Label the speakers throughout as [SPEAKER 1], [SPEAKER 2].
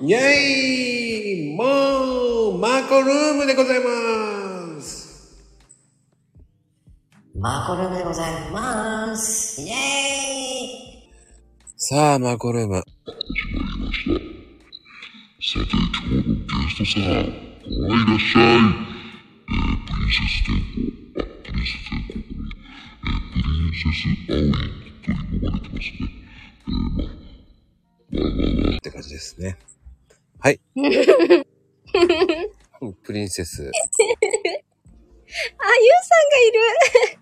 [SPEAKER 1] イェイもう、マコルームでございます。
[SPEAKER 2] マコルームでございます。イェーイ
[SPEAKER 1] さあ、マコルーム。
[SPEAKER 3] さて、今日のゲストさん、はい、いらっしゃい。えー、プリンセス天皇、あ、プリンセス天皇に、えー、プリンセスアオイと呼ばれてますね。
[SPEAKER 1] って感じですね。はい。 プリンセス。
[SPEAKER 4] あ、ゆうさんがいる。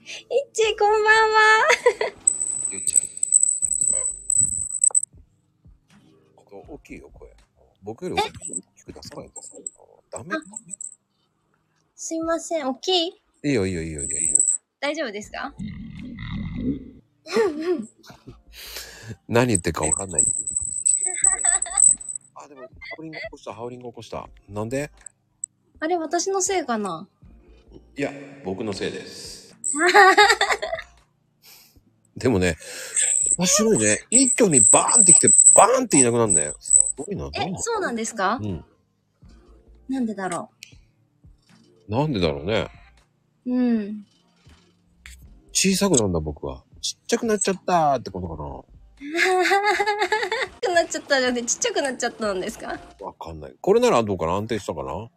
[SPEAKER 4] いっちー、こんばんは。
[SPEAKER 1] ゆうちゃん。ここ大きいよ、声。僕より大きく出さないと。ダメ
[SPEAKER 4] すいません、大きい
[SPEAKER 1] いいよ、いいよ、いいよ、いいよいいよ。
[SPEAKER 4] 大丈夫ですか
[SPEAKER 1] 何言ってるかわかん ない。あ、でも、ハウリング起こした、ハウリング起こした。なんで
[SPEAKER 4] あれ、私のせいかない
[SPEAKER 1] や、僕のせい です。でもね、面白いね。一挙にバーンって来て、バーンっていなくなるんだよ。すごいな。
[SPEAKER 4] え、そうなんですか
[SPEAKER 1] うん。
[SPEAKER 4] なんでだろ
[SPEAKER 1] なんでだろうね。
[SPEAKER 4] う。うん。
[SPEAKER 1] 小さくなんだ、僕は。ちっちゃくなっちゃったーってことか
[SPEAKER 4] ちっちゃくなっちゃったじゃなくて、ちっちゃくなっちゃったんですか
[SPEAKER 1] な。わかんない。これならどうかな安定したかなど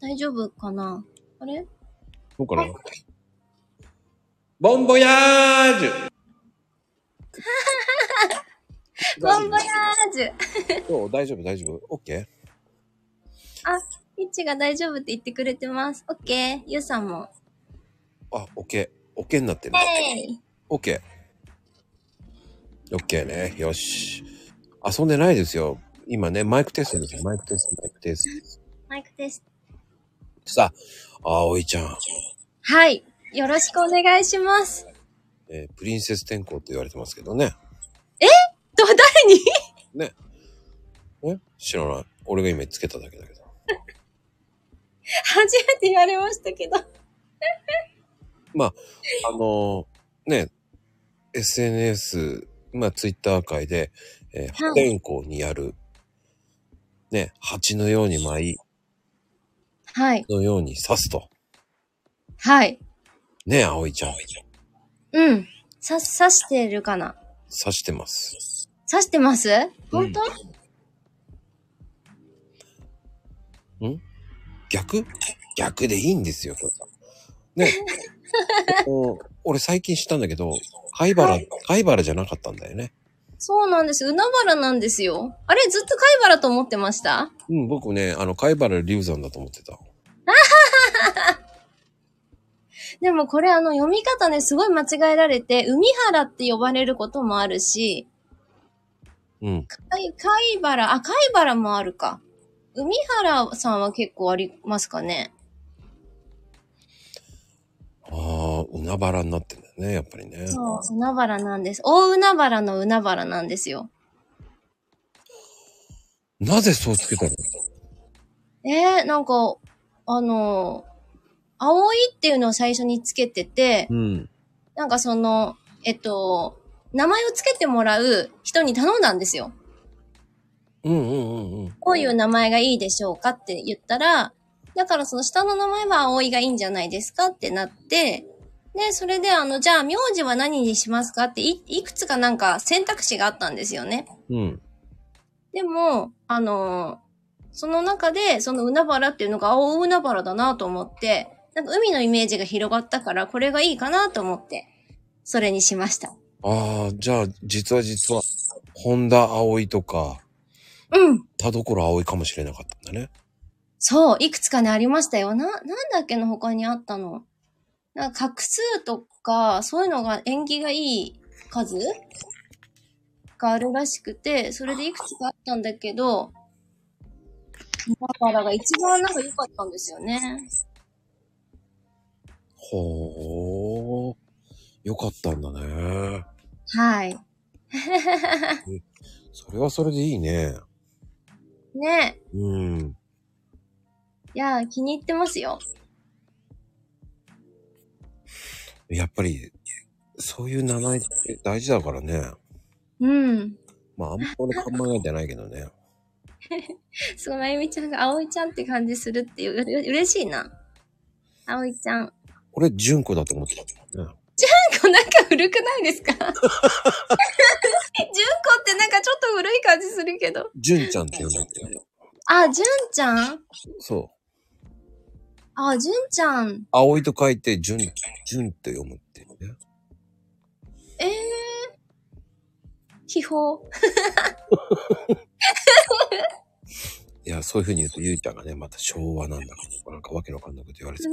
[SPEAKER 4] 大丈夫かなあれ
[SPEAKER 1] うかなボンボヤージュ
[SPEAKER 4] ボンボヤージュ
[SPEAKER 1] どう大丈夫大丈夫オッケー
[SPEAKER 4] いっちーが大丈夫って言ってくれてます。オッケー。ゆうさんも。
[SPEAKER 1] あ、オッケー。オッケーになってる。
[SPEAKER 4] えい
[SPEAKER 1] オッケー。オッケーね。よし。遊んでないですよ。今ね、マイクテストですよ。マイクテスト、マイクテス
[SPEAKER 4] マイクです。
[SPEAKER 1] ト。さあ、葵ちゃん、
[SPEAKER 4] はい。よろしくお願いします。
[SPEAKER 1] えープリンセス天候って言われてますけどね。
[SPEAKER 4] と、誰に
[SPEAKER 1] ね。え知らない。俺が今つけただけだけど。
[SPEAKER 4] 初めて言われましたけど。
[SPEAKER 1] あのーね、SNS、まあ、ツイッター界で、えー、破天荒にやる、ね、蜂のように舞い、
[SPEAKER 4] はい。
[SPEAKER 1] のように刺すと。
[SPEAKER 4] はい。
[SPEAKER 1] ね、葵ちゃん。
[SPEAKER 4] うん。さ、刺してるかな
[SPEAKER 1] 刺してます。
[SPEAKER 4] 刺してます本当、
[SPEAKER 1] 逆逆でいいんですよ、これね。こう俺最近知ったんだけど、貝原、貝原じゃなかったんだよね。
[SPEAKER 4] そうなんです。海原なんですよ。あれ、ずっと貝原と思ってました
[SPEAKER 1] うん、僕ね、あの、貝原龍山だと思ってた。
[SPEAKER 4] でもこれあの読み方ね、すごい間違えられて、海原って呼ばれることもあるし、
[SPEAKER 1] うん。
[SPEAKER 4] 貝貝原、あ、貝原もあるか。海原さんは結構ありますかね。
[SPEAKER 1] ああ、海原になってんだよね、やっぱりね。
[SPEAKER 4] そう、海原なんです。大海原の海原なんですよ。
[SPEAKER 1] なぜそうつけたの
[SPEAKER 4] えー、なんか、あの、青いっていうのを最初につけてて、
[SPEAKER 1] うん。
[SPEAKER 4] なんかその、えっと、名前をつけてもらう人に頼んだんですよ。
[SPEAKER 1] うんうんうんうん。
[SPEAKER 4] こういう名前がいいでしょうかって言ったら、だからその下の名前は葵がいいんじゃないですかってなって、で、それであの、じゃあ名字は何にしますかってい、いくつかなんか選択肢があったんですよね。
[SPEAKER 1] うん。
[SPEAKER 4] でも、あのその中で、その海原っていうのが青海原だなと思って、なんか海のイメージが広がったから、これがいいかなと思って、それにしました。
[SPEAKER 1] ああ、じゃあ、実は実は、本田葵とか、
[SPEAKER 4] うん。
[SPEAKER 1] 田所葵かもしれなかったんだね。
[SPEAKER 4] そう、いくつかね、ありましたよ。な、なんだっけの他にあったの。なんか、画数とか、そういうのが縁起がいい数があるらしくて、それでいくつかあったんだけど、だからが一番なんか良かったんですよね。
[SPEAKER 1] ほー。よかったんだね。
[SPEAKER 4] はい。
[SPEAKER 1] それはそれでいいね。
[SPEAKER 4] ね
[SPEAKER 1] うん。
[SPEAKER 4] いや、気に入ってますよ。
[SPEAKER 1] やっぱり、そういう名前って大事だからね。
[SPEAKER 4] うん。
[SPEAKER 1] まあ、あんまり考えてないけどね。
[SPEAKER 4] すごい、まゆみちゃんが葵ちゃんって感じするっていう、うれ嬉しいな。葵ちゃん。
[SPEAKER 1] 俺、純子だと思ってた、ね。
[SPEAKER 4] なんかなんか古くないですか純子ってなんかちょっと古い感じするけど。
[SPEAKER 1] 純ちゃんって呼んだって。
[SPEAKER 4] あ、純ちゃん
[SPEAKER 1] そう。
[SPEAKER 4] あ、純ちゃん。
[SPEAKER 1] 葵と書いて、純、純って読むっていうね。
[SPEAKER 4] ええー。秘宝。
[SPEAKER 1] いや、そういうふうに言うと、ゆいちゃんがね、また昭和なんだかとか、なんかわけのわかんなく言われて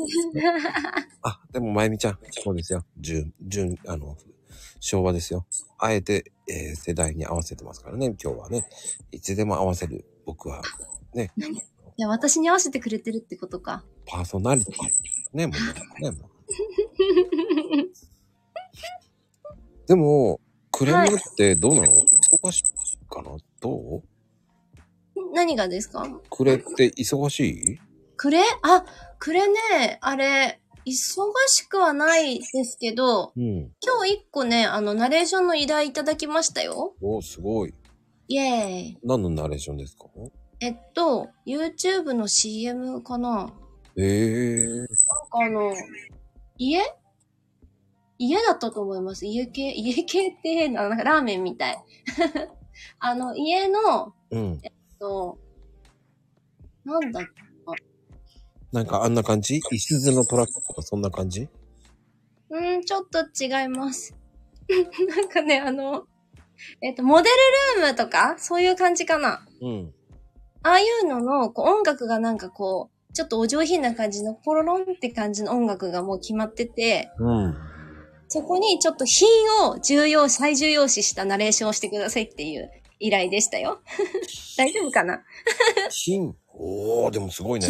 [SPEAKER 1] あ、でも、まゆみちゃん、そうですよ。純、純、あの、昭和ですよ。あえて、えー世代に合わせてますからね、今日はね。いつでも合わせる、僕は、ね、
[SPEAKER 4] いや、私に合わせてくれてるってことか。
[SPEAKER 1] パーソナリティ。ね、もうね、もう。でも、クレームってどうなの忙しいかなどう
[SPEAKER 4] 何がですか
[SPEAKER 1] クレって忙しい
[SPEAKER 4] くれあ、くれね、あれ、忙しくはないですけど、
[SPEAKER 1] うん。
[SPEAKER 4] 今日一個ね、あの、ナレーションの依頼いただきましたよ。
[SPEAKER 1] おすごい。
[SPEAKER 4] イェーイ。
[SPEAKER 1] 何のナレーションですか
[SPEAKER 4] えっと、YouTube の CM かななんか
[SPEAKER 1] ええ
[SPEAKER 4] あの、家家だったと思います。家系、 家系って変な、なんかラーメンみたい。 あの、家の、
[SPEAKER 1] うん。
[SPEAKER 4] と、なんだっけ
[SPEAKER 1] なんかあんな感じいすずのトラックとかそんな感じ
[SPEAKER 4] うーん、ちょっと違います。 なんかね、あの、えっと、モデルルームとか、そういう感じかな。
[SPEAKER 1] うん。
[SPEAKER 4] ああいうのの、こう、音楽がなんかこう、ちょっとお上品な感じの、ポロロンって感じの音楽がもう決まってて、
[SPEAKER 1] うん。
[SPEAKER 4] そこにちょっと品を重要、最重要視したナレーションをしてくださいっていう依頼でしたよ。 大丈夫かな
[SPEAKER 1] 金。おー、でもすごいね。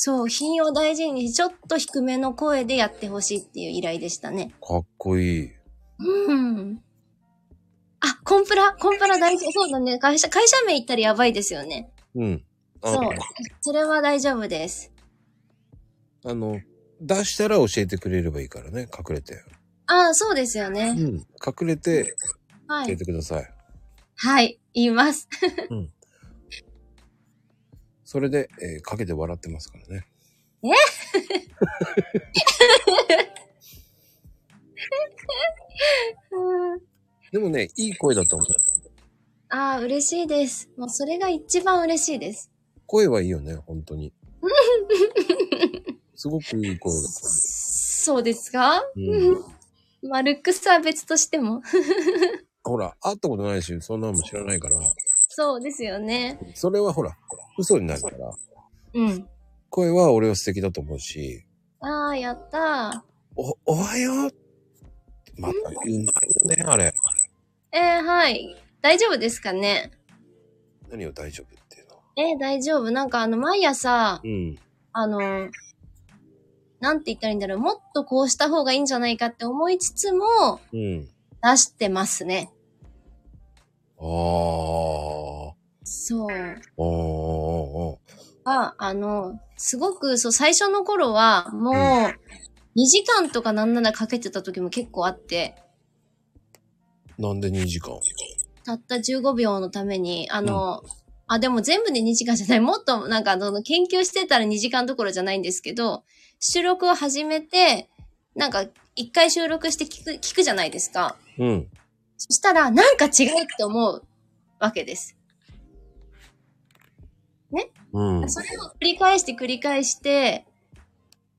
[SPEAKER 4] そう、品を大事にちょっと低めの声でやってほしいっていう依頼でしたね。
[SPEAKER 1] かっこいい。
[SPEAKER 4] うん。あ、コンプラ、コンプラ大事。そうだね。会社、会社名言ったらやばいですよね。
[SPEAKER 1] うん。あ
[SPEAKER 4] そう。それは大丈夫です。
[SPEAKER 1] あの、出したら教えてくれればいいからね、隠れて。
[SPEAKER 4] ああ、そうですよ
[SPEAKER 1] う
[SPEAKER 4] ね。
[SPEAKER 1] ん。隠れて
[SPEAKER 4] は
[SPEAKER 1] 教え
[SPEAKER 4] い。
[SPEAKER 1] てください。
[SPEAKER 4] はい、言います。
[SPEAKER 1] それで、えーかけて笑ってますからね。
[SPEAKER 4] うん
[SPEAKER 1] でもね、いい声だと思う。
[SPEAKER 4] ああ、嬉しいです。もうそれが一番嬉しいです。
[SPEAKER 1] 声はいいよね、本当に。すごくいい声だ。
[SPEAKER 4] そうですか
[SPEAKER 1] うん、
[SPEAKER 4] まあ、ルックスは別としても。
[SPEAKER 1] ほら、会ったことないし、そんなのも知らないから、
[SPEAKER 4] そうですよね。
[SPEAKER 1] それはほら、嘘になるから、
[SPEAKER 4] うん。
[SPEAKER 1] 声は俺は素敵だと思うし、
[SPEAKER 4] ああ、やったー。
[SPEAKER 1] お、おはようまた、うまいよね、あれ。
[SPEAKER 4] えー、はい。大丈夫ですかね
[SPEAKER 1] 何を大丈夫っていうのは。
[SPEAKER 4] えー、大丈夫。なんかあの、毎朝、
[SPEAKER 1] うん。
[SPEAKER 4] あの、なんて言ったらいいんだろう。もっとこうした方がいいんじゃないかって思いつつも、
[SPEAKER 1] うん。
[SPEAKER 4] 出してますね。
[SPEAKER 1] あー。
[SPEAKER 4] そう。
[SPEAKER 1] おーお
[SPEAKER 4] あ、あの、すごく、そう、最初の頃は、もう、2時間とかなんならかけてた時も結構あって、
[SPEAKER 1] ーおーなんで2時間
[SPEAKER 4] たった15秒のために、あの、あ、でも全部で2時間じゃない。 もっと、なんか、あの、研究してたら2時間どころじゃないんですけど、収録を始めて、なんか、一回収録して聞く、聞くじゃないですか。
[SPEAKER 1] うん。
[SPEAKER 4] そしたら、なんか違うって思うわけです。
[SPEAKER 1] うん。
[SPEAKER 4] それを繰り返して繰り返して、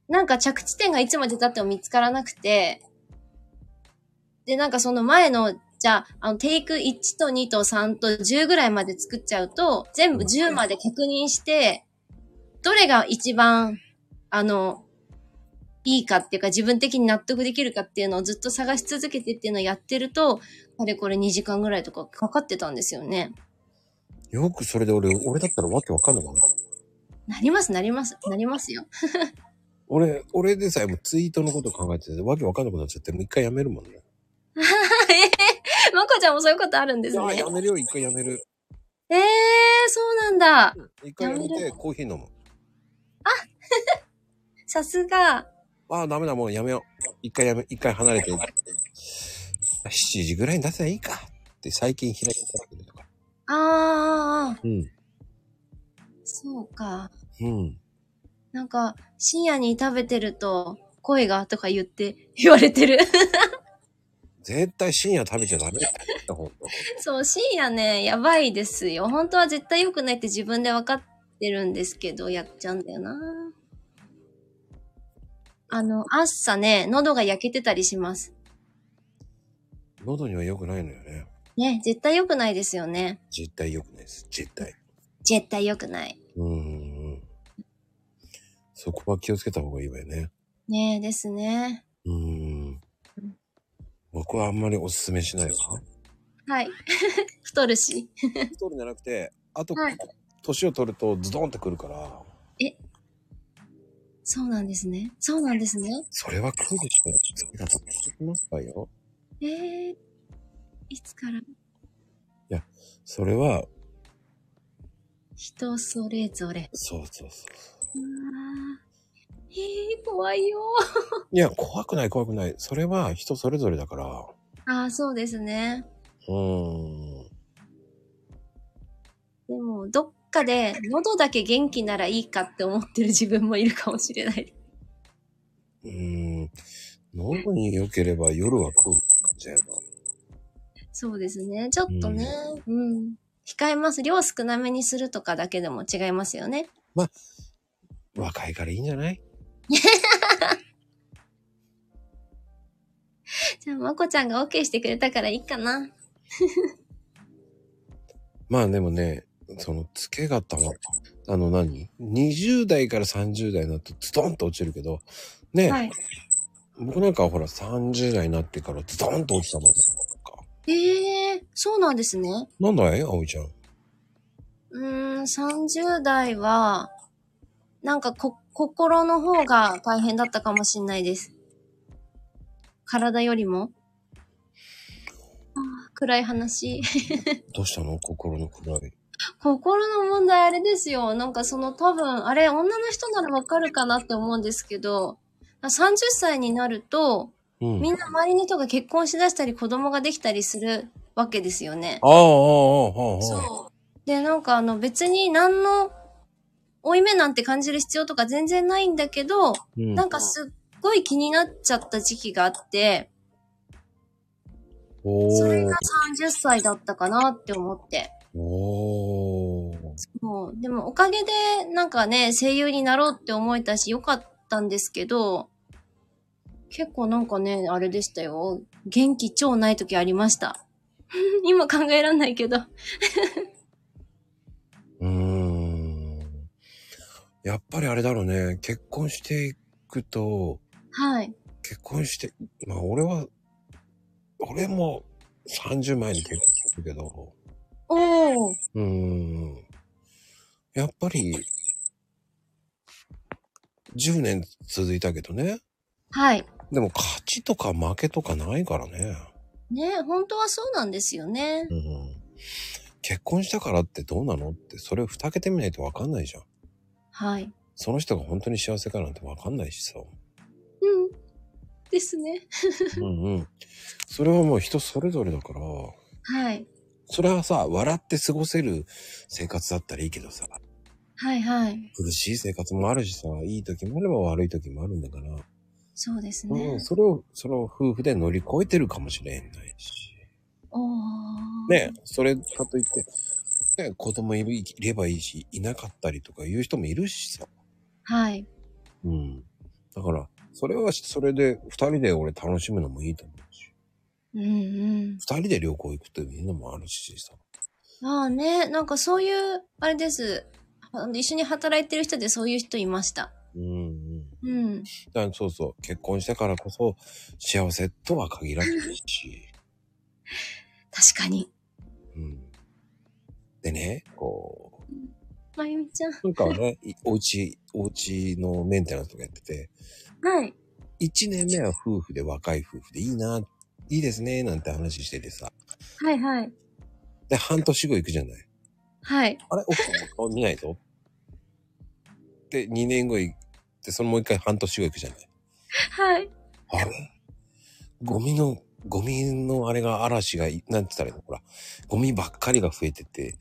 [SPEAKER 4] なんか着地点がいつまで経っても見つからなくて、で、なんかその前の、じゃあ、あの、テイク1と2と3と10ぐらいまで作っちゃうと、全部10まで確認して、どれが一番、あの、いいかっていうか自分的に納得できるかっていうのをずっと探し続けてっていうのをやってると、あれこれ2時間ぐらいとかかかってたんですよね。
[SPEAKER 1] よくそれで俺、俺だったらわけわかんないかな。
[SPEAKER 4] なります、なります、なりますよ。
[SPEAKER 1] 俺、俺でさえもツイートのこと考えてて、わけわかんなくなっちゃって、もう一回やめるもんね。
[SPEAKER 4] えー、まこちゃんもそういうことあるんで
[SPEAKER 1] い
[SPEAKER 4] す
[SPEAKER 1] や、
[SPEAKER 4] ね
[SPEAKER 1] や。めるよ、一回やめる。
[SPEAKER 4] えー、そうなんだ。
[SPEAKER 1] 一回やめ
[SPEAKER 4] やめ
[SPEAKER 1] て、コーヒー飲む。
[SPEAKER 4] さすが。
[SPEAKER 1] ああ、ダメだ、もうやめよう。一回やめ、一回離れて。7時ぐらいに出せばいいかって最近開いてたけどとか。
[SPEAKER 4] あーあーあー、
[SPEAKER 1] うん。
[SPEAKER 4] そうか。
[SPEAKER 1] うん。
[SPEAKER 4] なんか、深夜に食べてると、声がとか言って、 言われてる。
[SPEAKER 1] 絶対深夜食べちゃダメだよ。ほんと
[SPEAKER 4] そう、深夜ね、やばいですよ。本当は絶対良くないって自分で分かってるんですけど、やっちゃうんだよな。あの、朝ね、喉が焼けてたりします。
[SPEAKER 1] 喉には良くないのよね。
[SPEAKER 4] ね、絶対良くないですよね。
[SPEAKER 1] 絶対良くないです。絶対。
[SPEAKER 4] 絶対良くない。
[SPEAKER 1] うんうんうん。そこは気をつけた方がいいわよね。
[SPEAKER 4] ねえ、ですね。
[SPEAKER 1] うん。僕はあんまりおすすめしないわ。
[SPEAKER 4] はい。 太るし。
[SPEAKER 1] 取るんじゃなくて、あと、
[SPEAKER 4] はい
[SPEAKER 1] 年を取るとズドンってくるから、
[SPEAKER 4] そうなんですね。そうなんですね。
[SPEAKER 1] それは食うでしょ。好きだと思いますわよ。
[SPEAKER 4] えー、いつから
[SPEAKER 1] それは、
[SPEAKER 4] 人それぞれ。
[SPEAKER 1] そうそうそう。
[SPEAKER 4] うわーえー、怖いよ
[SPEAKER 1] いや、怖くない怖くない。それは人それぞれだから。
[SPEAKER 4] ああ、そうですね。
[SPEAKER 1] うーん。
[SPEAKER 4] でも、どっかで、喉だけ元気ならいいかって思ってる自分もいるかもしれない。
[SPEAKER 1] うーん。喉に良ければ夜は食う感じだよな。
[SPEAKER 4] そうですね。ちょっとね、うん。控えます。量少なめにするとかだけでも違いますよね。
[SPEAKER 1] 若いからいいんじゃない
[SPEAKER 4] じゃあ、まこちゃんが OK してくれたからいいかな。
[SPEAKER 1] まあでもね、その、つけがたま、あの何 ?20 代から30代になるとズドンと落ちるけど、ね、
[SPEAKER 4] はい。
[SPEAKER 1] 僕なんかはほら30代になってからズドンと落ちたもんね。
[SPEAKER 4] ええー、そうなんですね。
[SPEAKER 1] なんだい葵ちゃん。
[SPEAKER 4] うーん、30代は、なんかこ、心の方が大変だったかもしんないです。体よりも。あー暗い話。
[SPEAKER 1] どうしたの心の暗い。
[SPEAKER 4] 心の問題あれですよ。なんかその多分、あれ、女の人ならわかるかなって思うんですけど、30歳になると、
[SPEAKER 1] うん。
[SPEAKER 4] み
[SPEAKER 1] あ
[SPEAKER 4] んな周りの人が結婚しだしたり子供ができたりするわけですよね。
[SPEAKER 1] あ、ああ、ああ、ああ。
[SPEAKER 4] そう。で、なんかあの別に何の負い目なんて感じる必要とか全然ないんだけど、
[SPEAKER 1] うん
[SPEAKER 4] なんかすっごい気になっちゃった時期があって、
[SPEAKER 1] お
[SPEAKER 4] それ
[SPEAKER 1] ー
[SPEAKER 4] が30歳だったかなって思って。
[SPEAKER 1] おー。
[SPEAKER 4] もう、でもおかげでなんかね、声優になろうって思えたし良かったんですけど、結構なんかね、あれでしたよ。元気超ない時ありました。 今考えらんないけど。
[SPEAKER 1] うーん。やっぱりあれだろうね。結婚していくと、
[SPEAKER 4] はい。
[SPEAKER 1] 結婚して、まあ俺は、俺も30前に結婚するけど、
[SPEAKER 4] おー。
[SPEAKER 1] うーん。やっぱり、10年続いたけどね。
[SPEAKER 4] はい。
[SPEAKER 1] でも勝ちとか負けとかないからね。
[SPEAKER 4] ね、本当はそうなんですよね。
[SPEAKER 1] うん。結婚したからってどうなのって、それを蓋開けてみないとわかんないじゃん。
[SPEAKER 4] はい。
[SPEAKER 1] その人が本当に幸せかなんてわかんないしさ。
[SPEAKER 4] うん。ですね。
[SPEAKER 1] うんうん。それはもう人それぞれだから、
[SPEAKER 4] はい。
[SPEAKER 1] それはさ、笑って過ごせる生活だったらいいけどさ、
[SPEAKER 4] はいはい。
[SPEAKER 1] 苦しい生活もあるしさ、いい時もあれば悪い時もあるんだから、
[SPEAKER 4] そうです
[SPEAKER 1] う
[SPEAKER 4] ね
[SPEAKER 1] ん、。それを、その夫婦で乗り越えてるかもしれないし。
[SPEAKER 4] おー。
[SPEAKER 1] ねそれかといって、ね子供いるいればいいし、いなかったりとかいう人もいるしさ。
[SPEAKER 4] はい。
[SPEAKER 1] うん。だから、それは、それで、二人で俺楽しむのもいいと思うし、
[SPEAKER 4] うんうん。
[SPEAKER 1] 二人で旅行行くっていうのもあるしさ。
[SPEAKER 4] まあね、なんかそういう、あれです。あの一緒に働いてる人でそういう人いました。
[SPEAKER 1] うんうん。
[SPEAKER 4] うん。
[SPEAKER 1] だからそうそう、結婚したからこそ幸せとは限らないし。
[SPEAKER 4] 確かに。
[SPEAKER 1] うん、でね、こう、
[SPEAKER 4] まゆみちゃん。
[SPEAKER 1] なんかね、い お家、お家のメンテナンスとかやってて、
[SPEAKER 4] はい。
[SPEAKER 1] 1年目は夫婦で若い夫婦でいいな、いいですね、なんて話しててさ。
[SPEAKER 4] はいはい。
[SPEAKER 1] で、半年後行くじゃない。
[SPEAKER 4] はい。
[SPEAKER 1] あれ、奥さんの顔見ないぞ。で、2年後行って、そのもう一回半年後行くじゃない。
[SPEAKER 4] はい。
[SPEAKER 1] あれゴミの、ゴミのあれが嵐がい、なんて言ったらいいのほら、ゴミばっかりが増えてて、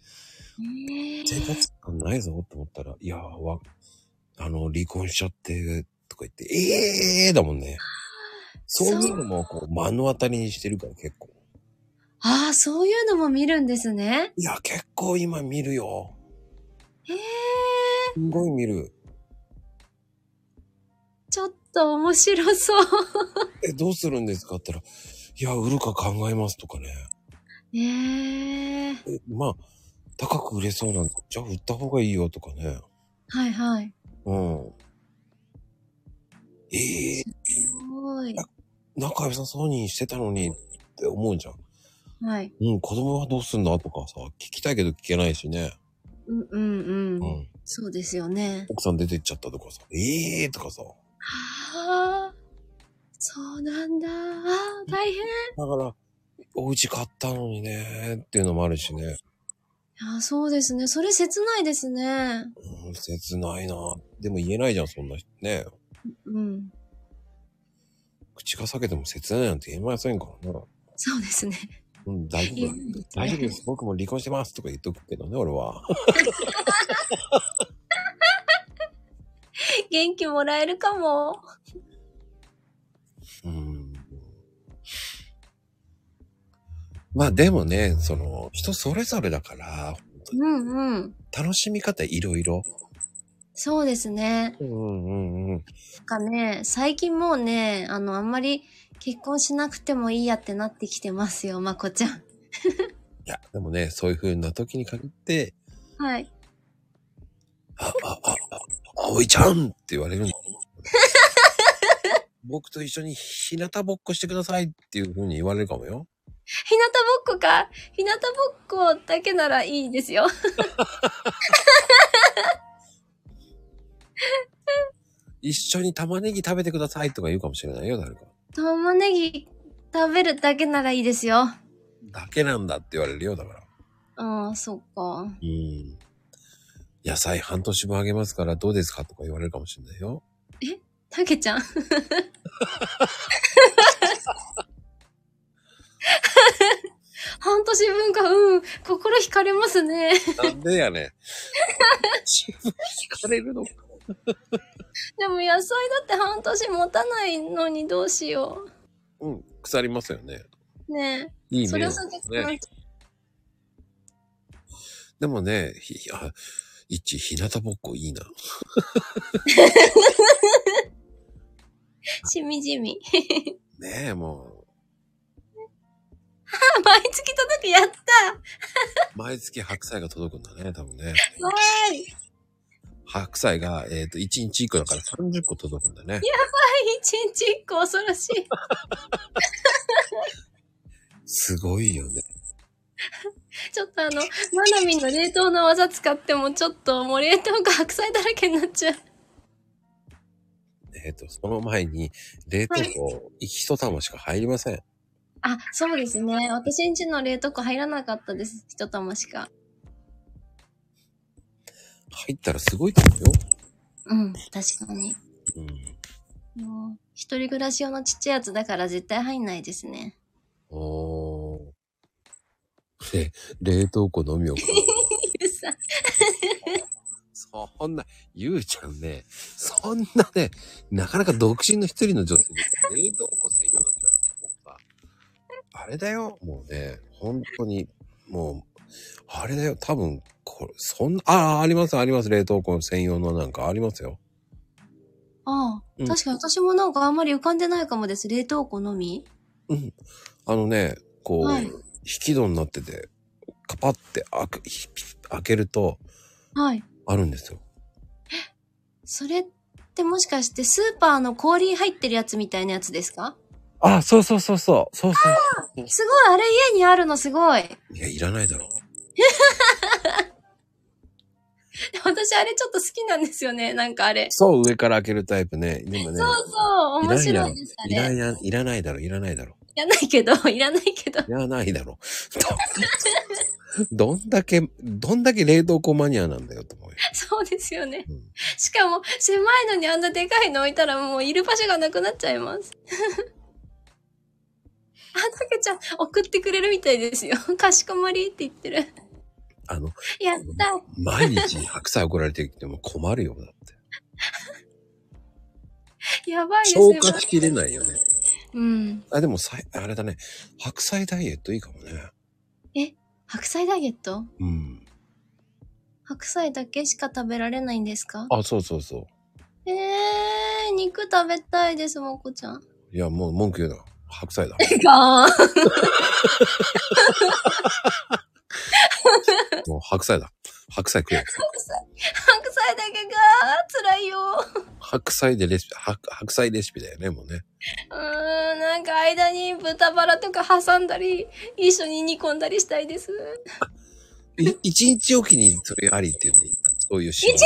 [SPEAKER 4] ねえ
[SPEAKER 1] 生活感ないぞって思ったら、いやーわ、あの、離婚しちゃって、とか言って、ええーだもんね。そういうのも、こう、目の当たりにしてるから結構。
[SPEAKER 4] ああ、そういうのも見るんですね。
[SPEAKER 1] いや、結構今見るよ。
[SPEAKER 4] ええ
[SPEAKER 1] すごい見る。
[SPEAKER 4] ちょっと面白そう。
[SPEAKER 1] え、どうするんですかって言ったら、いや、売るか考えますとかね。
[SPEAKER 4] ねえ
[SPEAKER 1] えまあ、高く売れそうなんで、じゃあ売った方がいいよとかね。
[SPEAKER 4] はいはい。
[SPEAKER 1] うん。ええ
[SPEAKER 4] すごい。
[SPEAKER 1] 仲良さそうにしてたのにって思うじゃん。
[SPEAKER 4] はい。
[SPEAKER 1] うん、子供はどうすんだとかさ、聞きたいけど聞けないしね。
[SPEAKER 4] うんうん
[SPEAKER 1] う
[SPEAKER 4] うん。
[SPEAKER 1] ん。
[SPEAKER 4] そうですよね。
[SPEAKER 1] 奥さん出てっちゃったとかさ、ええーとかさ。だ
[SPEAKER 4] ああ、そうなんだ。ああ、大変。
[SPEAKER 1] から、お家買ったのにね、っていうのもあるしね。
[SPEAKER 4] ああ、そうですね。それ切ないですね。
[SPEAKER 1] うん、切ないな。でも言えないじゃん、そんな人ね。
[SPEAKER 4] うん。
[SPEAKER 1] 口が裂けても切ないなんて言えませんからね。
[SPEAKER 4] そうですね。
[SPEAKER 1] うん、大丈夫
[SPEAKER 4] 言う。んです
[SPEAKER 1] 大丈夫で
[SPEAKER 4] ね。
[SPEAKER 1] す。僕も離婚してますとか言っとくけどね、俺は。
[SPEAKER 4] 元気もらえるかも。
[SPEAKER 1] うん。まあでもね、その、人それぞれだから、
[SPEAKER 4] うんうん。
[SPEAKER 1] 楽しみ方いろいろ。
[SPEAKER 4] そうですね。
[SPEAKER 1] うんうんうん。
[SPEAKER 4] なんかね、最近もうね、あの、あんまり結婚しなくてもいいやってなってきてますよ、まこちゃん。
[SPEAKER 1] いや、でもね、そういう風な時に限って、
[SPEAKER 4] はい。
[SPEAKER 1] あ、あ、あ、あ、葵ちゃんって言われるん だ。僕と一緒に日向ぼっこしてくださいっていう風に言われるかもよ。
[SPEAKER 4] 日向ぼっこか日向ぼっこだけならいいですよ。
[SPEAKER 1] 一緒に玉ねぎ食べてくださいとか言うかもしれないよ、誰か。
[SPEAKER 4] 玉ねぎ食べるだけならいいですよ。
[SPEAKER 1] だけなんだって言われるよ、だから。
[SPEAKER 4] ああ、そっか。
[SPEAKER 1] うん。野菜半年分あげますからどうですかとか言われるかもしれないよ。
[SPEAKER 4] たけちゃん。半年分か、うん、心惹かれますね。
[SPEAKER 1] なんでやねん。自分惹かれるのか。
[SPEAKER 4] でも野菜だって半年持たないのにどうしよ
[SPEAKER 1] うん、 腐りますよね。
[SPEAKER 4] う。ね
[SPEAKER 1] いい
[SPEAKER 4] え。
[SPEAKER 1] ね。
[SPEAKER 4] それはそれで、
[SPEAKER 1] ねでもね、ひ、あ、一、日向ぼっこいいな。
[SPEAKER 4] しみじみ。
[SPEAKER 1] ねえ、も
[SPEAKER 4] あ毎月届くやった
[SPEAKER 1] う、毎月白菜が届くんだね、多分ね。
[SPEAKER 4] わーい
[SPEAKER 1] 白菜が、えっ、と、1日1個だから30個届くんだね。
[SPEAKER 4] 一日一個恐ろしい。
[SPEAKER 1] すごいよね。
[SPEAKER 4] ちょっとあの、マナミンの冷凍の技使ってもちょっともう冷凍が白菜だらけになっちゃう。
[SPEAKER 1] えっ、と、その前に、冷凍庫、一玉しか入りません。
[SPEAKER 4] あ、そうですね。私んちの冷凍庫入らなかったです。一玉しか。
[SPEAKER 1] 入ったらすごいと思うよ。
[SPEAKER 4] うん、確かに。
[SPEAKER 1] うん。
[SPEAKER 4] もう一人暮らし用のちっちゃいやつだから絶対入んないですね。
[SPEAKER 1] おー。で、冷凍庫飲みようかな。
[SPEAKER 4] ゆうさん
[SPEAKER 1] そんな、ゆうちゃんね、そんなね、なかなか独身の一人の女性に冷凍庫専用なんてもうさ、あれだよ、もうね、本当に、もう、あれだよ、多分、これ、そんな、ああ、あります、あります、冷凍庫専用のなんかありますよ。
[SPEAKER 4] あ
[SPEAKER 1] うん
[SPEAKER 4] あ、確かに私もなんかあんまり浮かんでないかもです。冷凍庫のみ。
[SPEAKER 1] うん。あのね、こう、
[SPEAKER 4] はい
[SPEAKER 1] 引き戸になってて、カパって開く、ひひ開けると、
[SPEAKER 4] はい。
[SPEAKER 1] あるんですよ。
[SPEAKER 4] それってもしかしてスーパーの氷入ってるやつみたいなやつですか
[SPEAKER 1] あ、そうそうそうそう、そうそう。
[SPEAKER 4] すごい、あれ家にあるのすごい。
[SPEAKER 1] いや、いらないだろう。
[SPEAKER 4] 私あれちょっと好きなんですよね。なんかあれ。
[SPEAKER 1] そう、上から開けるタイプね。でもね、
[SPEAKER 4] そうそう、面白いです。あ
[SPEAKER 1] いら
[SPEAKER 4] れ。い
[SPEAKER 1] ない、いらないだろ、いらないだろ。
[SPEAKER 4] らないけど、 いらないけど。
[SPEAKER 1] いらないだろ。どんだけ、どんだけ冷凍庫マニアなんだよ、と思うよ。
[SPEAKER 4] そうですよね。
[SPEAKER 1] うん
[SPEAKER 4] しかも、狭いのにあんなでかいの置いたらもういる場所がなくなっちゃいます。 あ、たけちゃん、送ってくれるみたいですよ。かしこまりって言ってる。
[SPEAKER 1] あの、
[SPEAKER 4] やった
[SPEAKER 1] 毎日白菜怒られてきても困るよ、だって。
[SPEAKER 4] やばいです
[SPEAKER 1] 消
[SPEAKER 4] よ。
[SPEAKER 1] 化しきれないよね。
[SPEAKER 4] うん。
[SPEAKER 1] あ、でもさい、あれだね。白菜ダイエットいいかもね。
[SPEAKER 4] 白菜ダイエット
[SPEAKER 1] うん。
[SPEAKER 4] 白菜だけしか食べられないんですか
[SPEAKER 1] あ、そうそうそ
[SPEAKER 4] えー、肉食べたいです、もこち ゃん。
[SPEAKER 1] う。いや、もう文句言うな。白菜だ。
[SPEAKER 4] ガーン。
[SPEAKER 1] もう白菜だ。白菜食え。
[SPEAKER 4] 白菜だけが辛いよ。
[SPEAKER 1] 白菜でレシピ、白白菜レシピだよね、もうね。
[SPEAKER 4] うーん、なんか間に豚バラとか挟んだり、一緒に煮込んだりしたいです。
[SPEAKER 1] い一日おきにそれありっていうのに、そういう
[SPEAKER 4] 一
[SPEAKER 1] 週
[SPEAKER 4] 日おき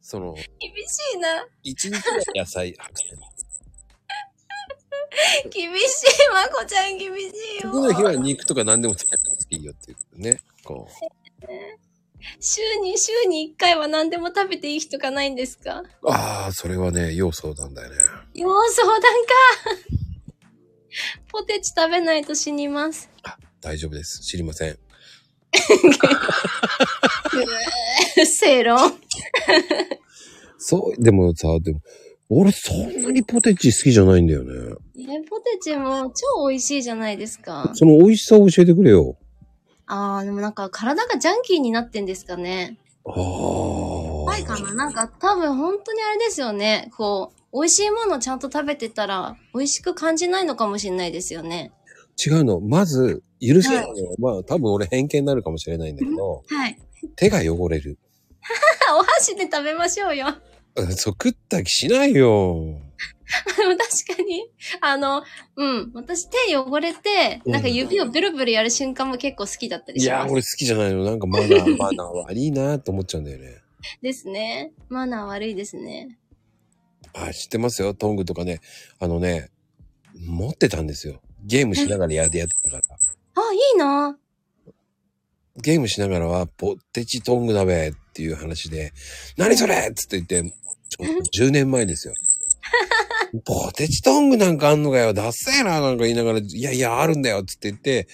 [SPEAKER 1] その、
[SPEAKER 4] 厳しいな。
[SPEAKER 1] 一日は野菜、白菜。
[SPEAKER 4] 厳しい、まこちゃん厳しい
[SPEAKER 1] 次の日は
[SPEAKER 4] よ。
[SPEAKER 1] 肉とか何でも使ってもいいよっていうね。こ
[SPEAKER 4] 週に、週に1回は何でも食べていい日とかないんですか
[SPEAKER 1] う。ああ、それはね、要相談だよね。
[SPEAKER 4] よう相談か。ポテチ食べないと死にます。
[SPEAKER 1] 大丈夫です。知りません。
[SPEAKER 4] 正論。
[SPEAKER 1] そう、でもさ、でも、俺そんなにポテチ好きじゃないんだよね。
[SPEAKER 4] え、ポテチも超美味しいじゃないですか。
[SPEAKER 1] その美味しさを教えてくれよ。
[SPEAKER 4] あー、でもなんか体がジャンキーになってんですかね。
[SPEAKER 1] ああ。
[SPEAKER 4] 怖いかななんか多分本当にあれですよね。こう、美味しいものちゃんと食べてたら、美味しく感じないのかもしれないですよね。
[SPEAKER 1] 違うの。まず、許せないのは、まあ多分俺偏見になるかもしれないんだけど、
[SPEAKER 4] はい。
[SPEAKER 1] 手が汚れる。
[SPEAKER 4] お箸で食べましょうよ。
[SPEAKER 1] うんそう、食った気しないよ。
[SPEAKER 4] でも確かに、あの、うん、私手汚れて、なんか指をブルブルやる瞬間も結構好きだったり
[SPEAKER 1] い
[SPEAKER 4] し
[SPEAKER 1] や
[SPEAKER 4] ま
[SPEAKER 1] ー、
[SPEAKER 4] す。
[SPEAKER 1] 俺好きじゃないの。なんかマナ ー、マナー悪いなーって思っちゃうんだよね。
[SPEAKER 4] ですね。マナー悪いですね。
[SPEAKER 1] あ、知ってますよ。トングとかね。あのね、持ってたんですよ。ゲームしながらやってやってた から。
[SPEAKER 4] あ、いいな
[SPEAKER 1] ゲームしながらは、ポテチトングだべっていう話で、何それっつって言って、ちょ10年前 ですよ。ポテチトングなんかあんのかよ、ダッセーな、なんか言いながら、いやいや、あるんだよ、つって言って、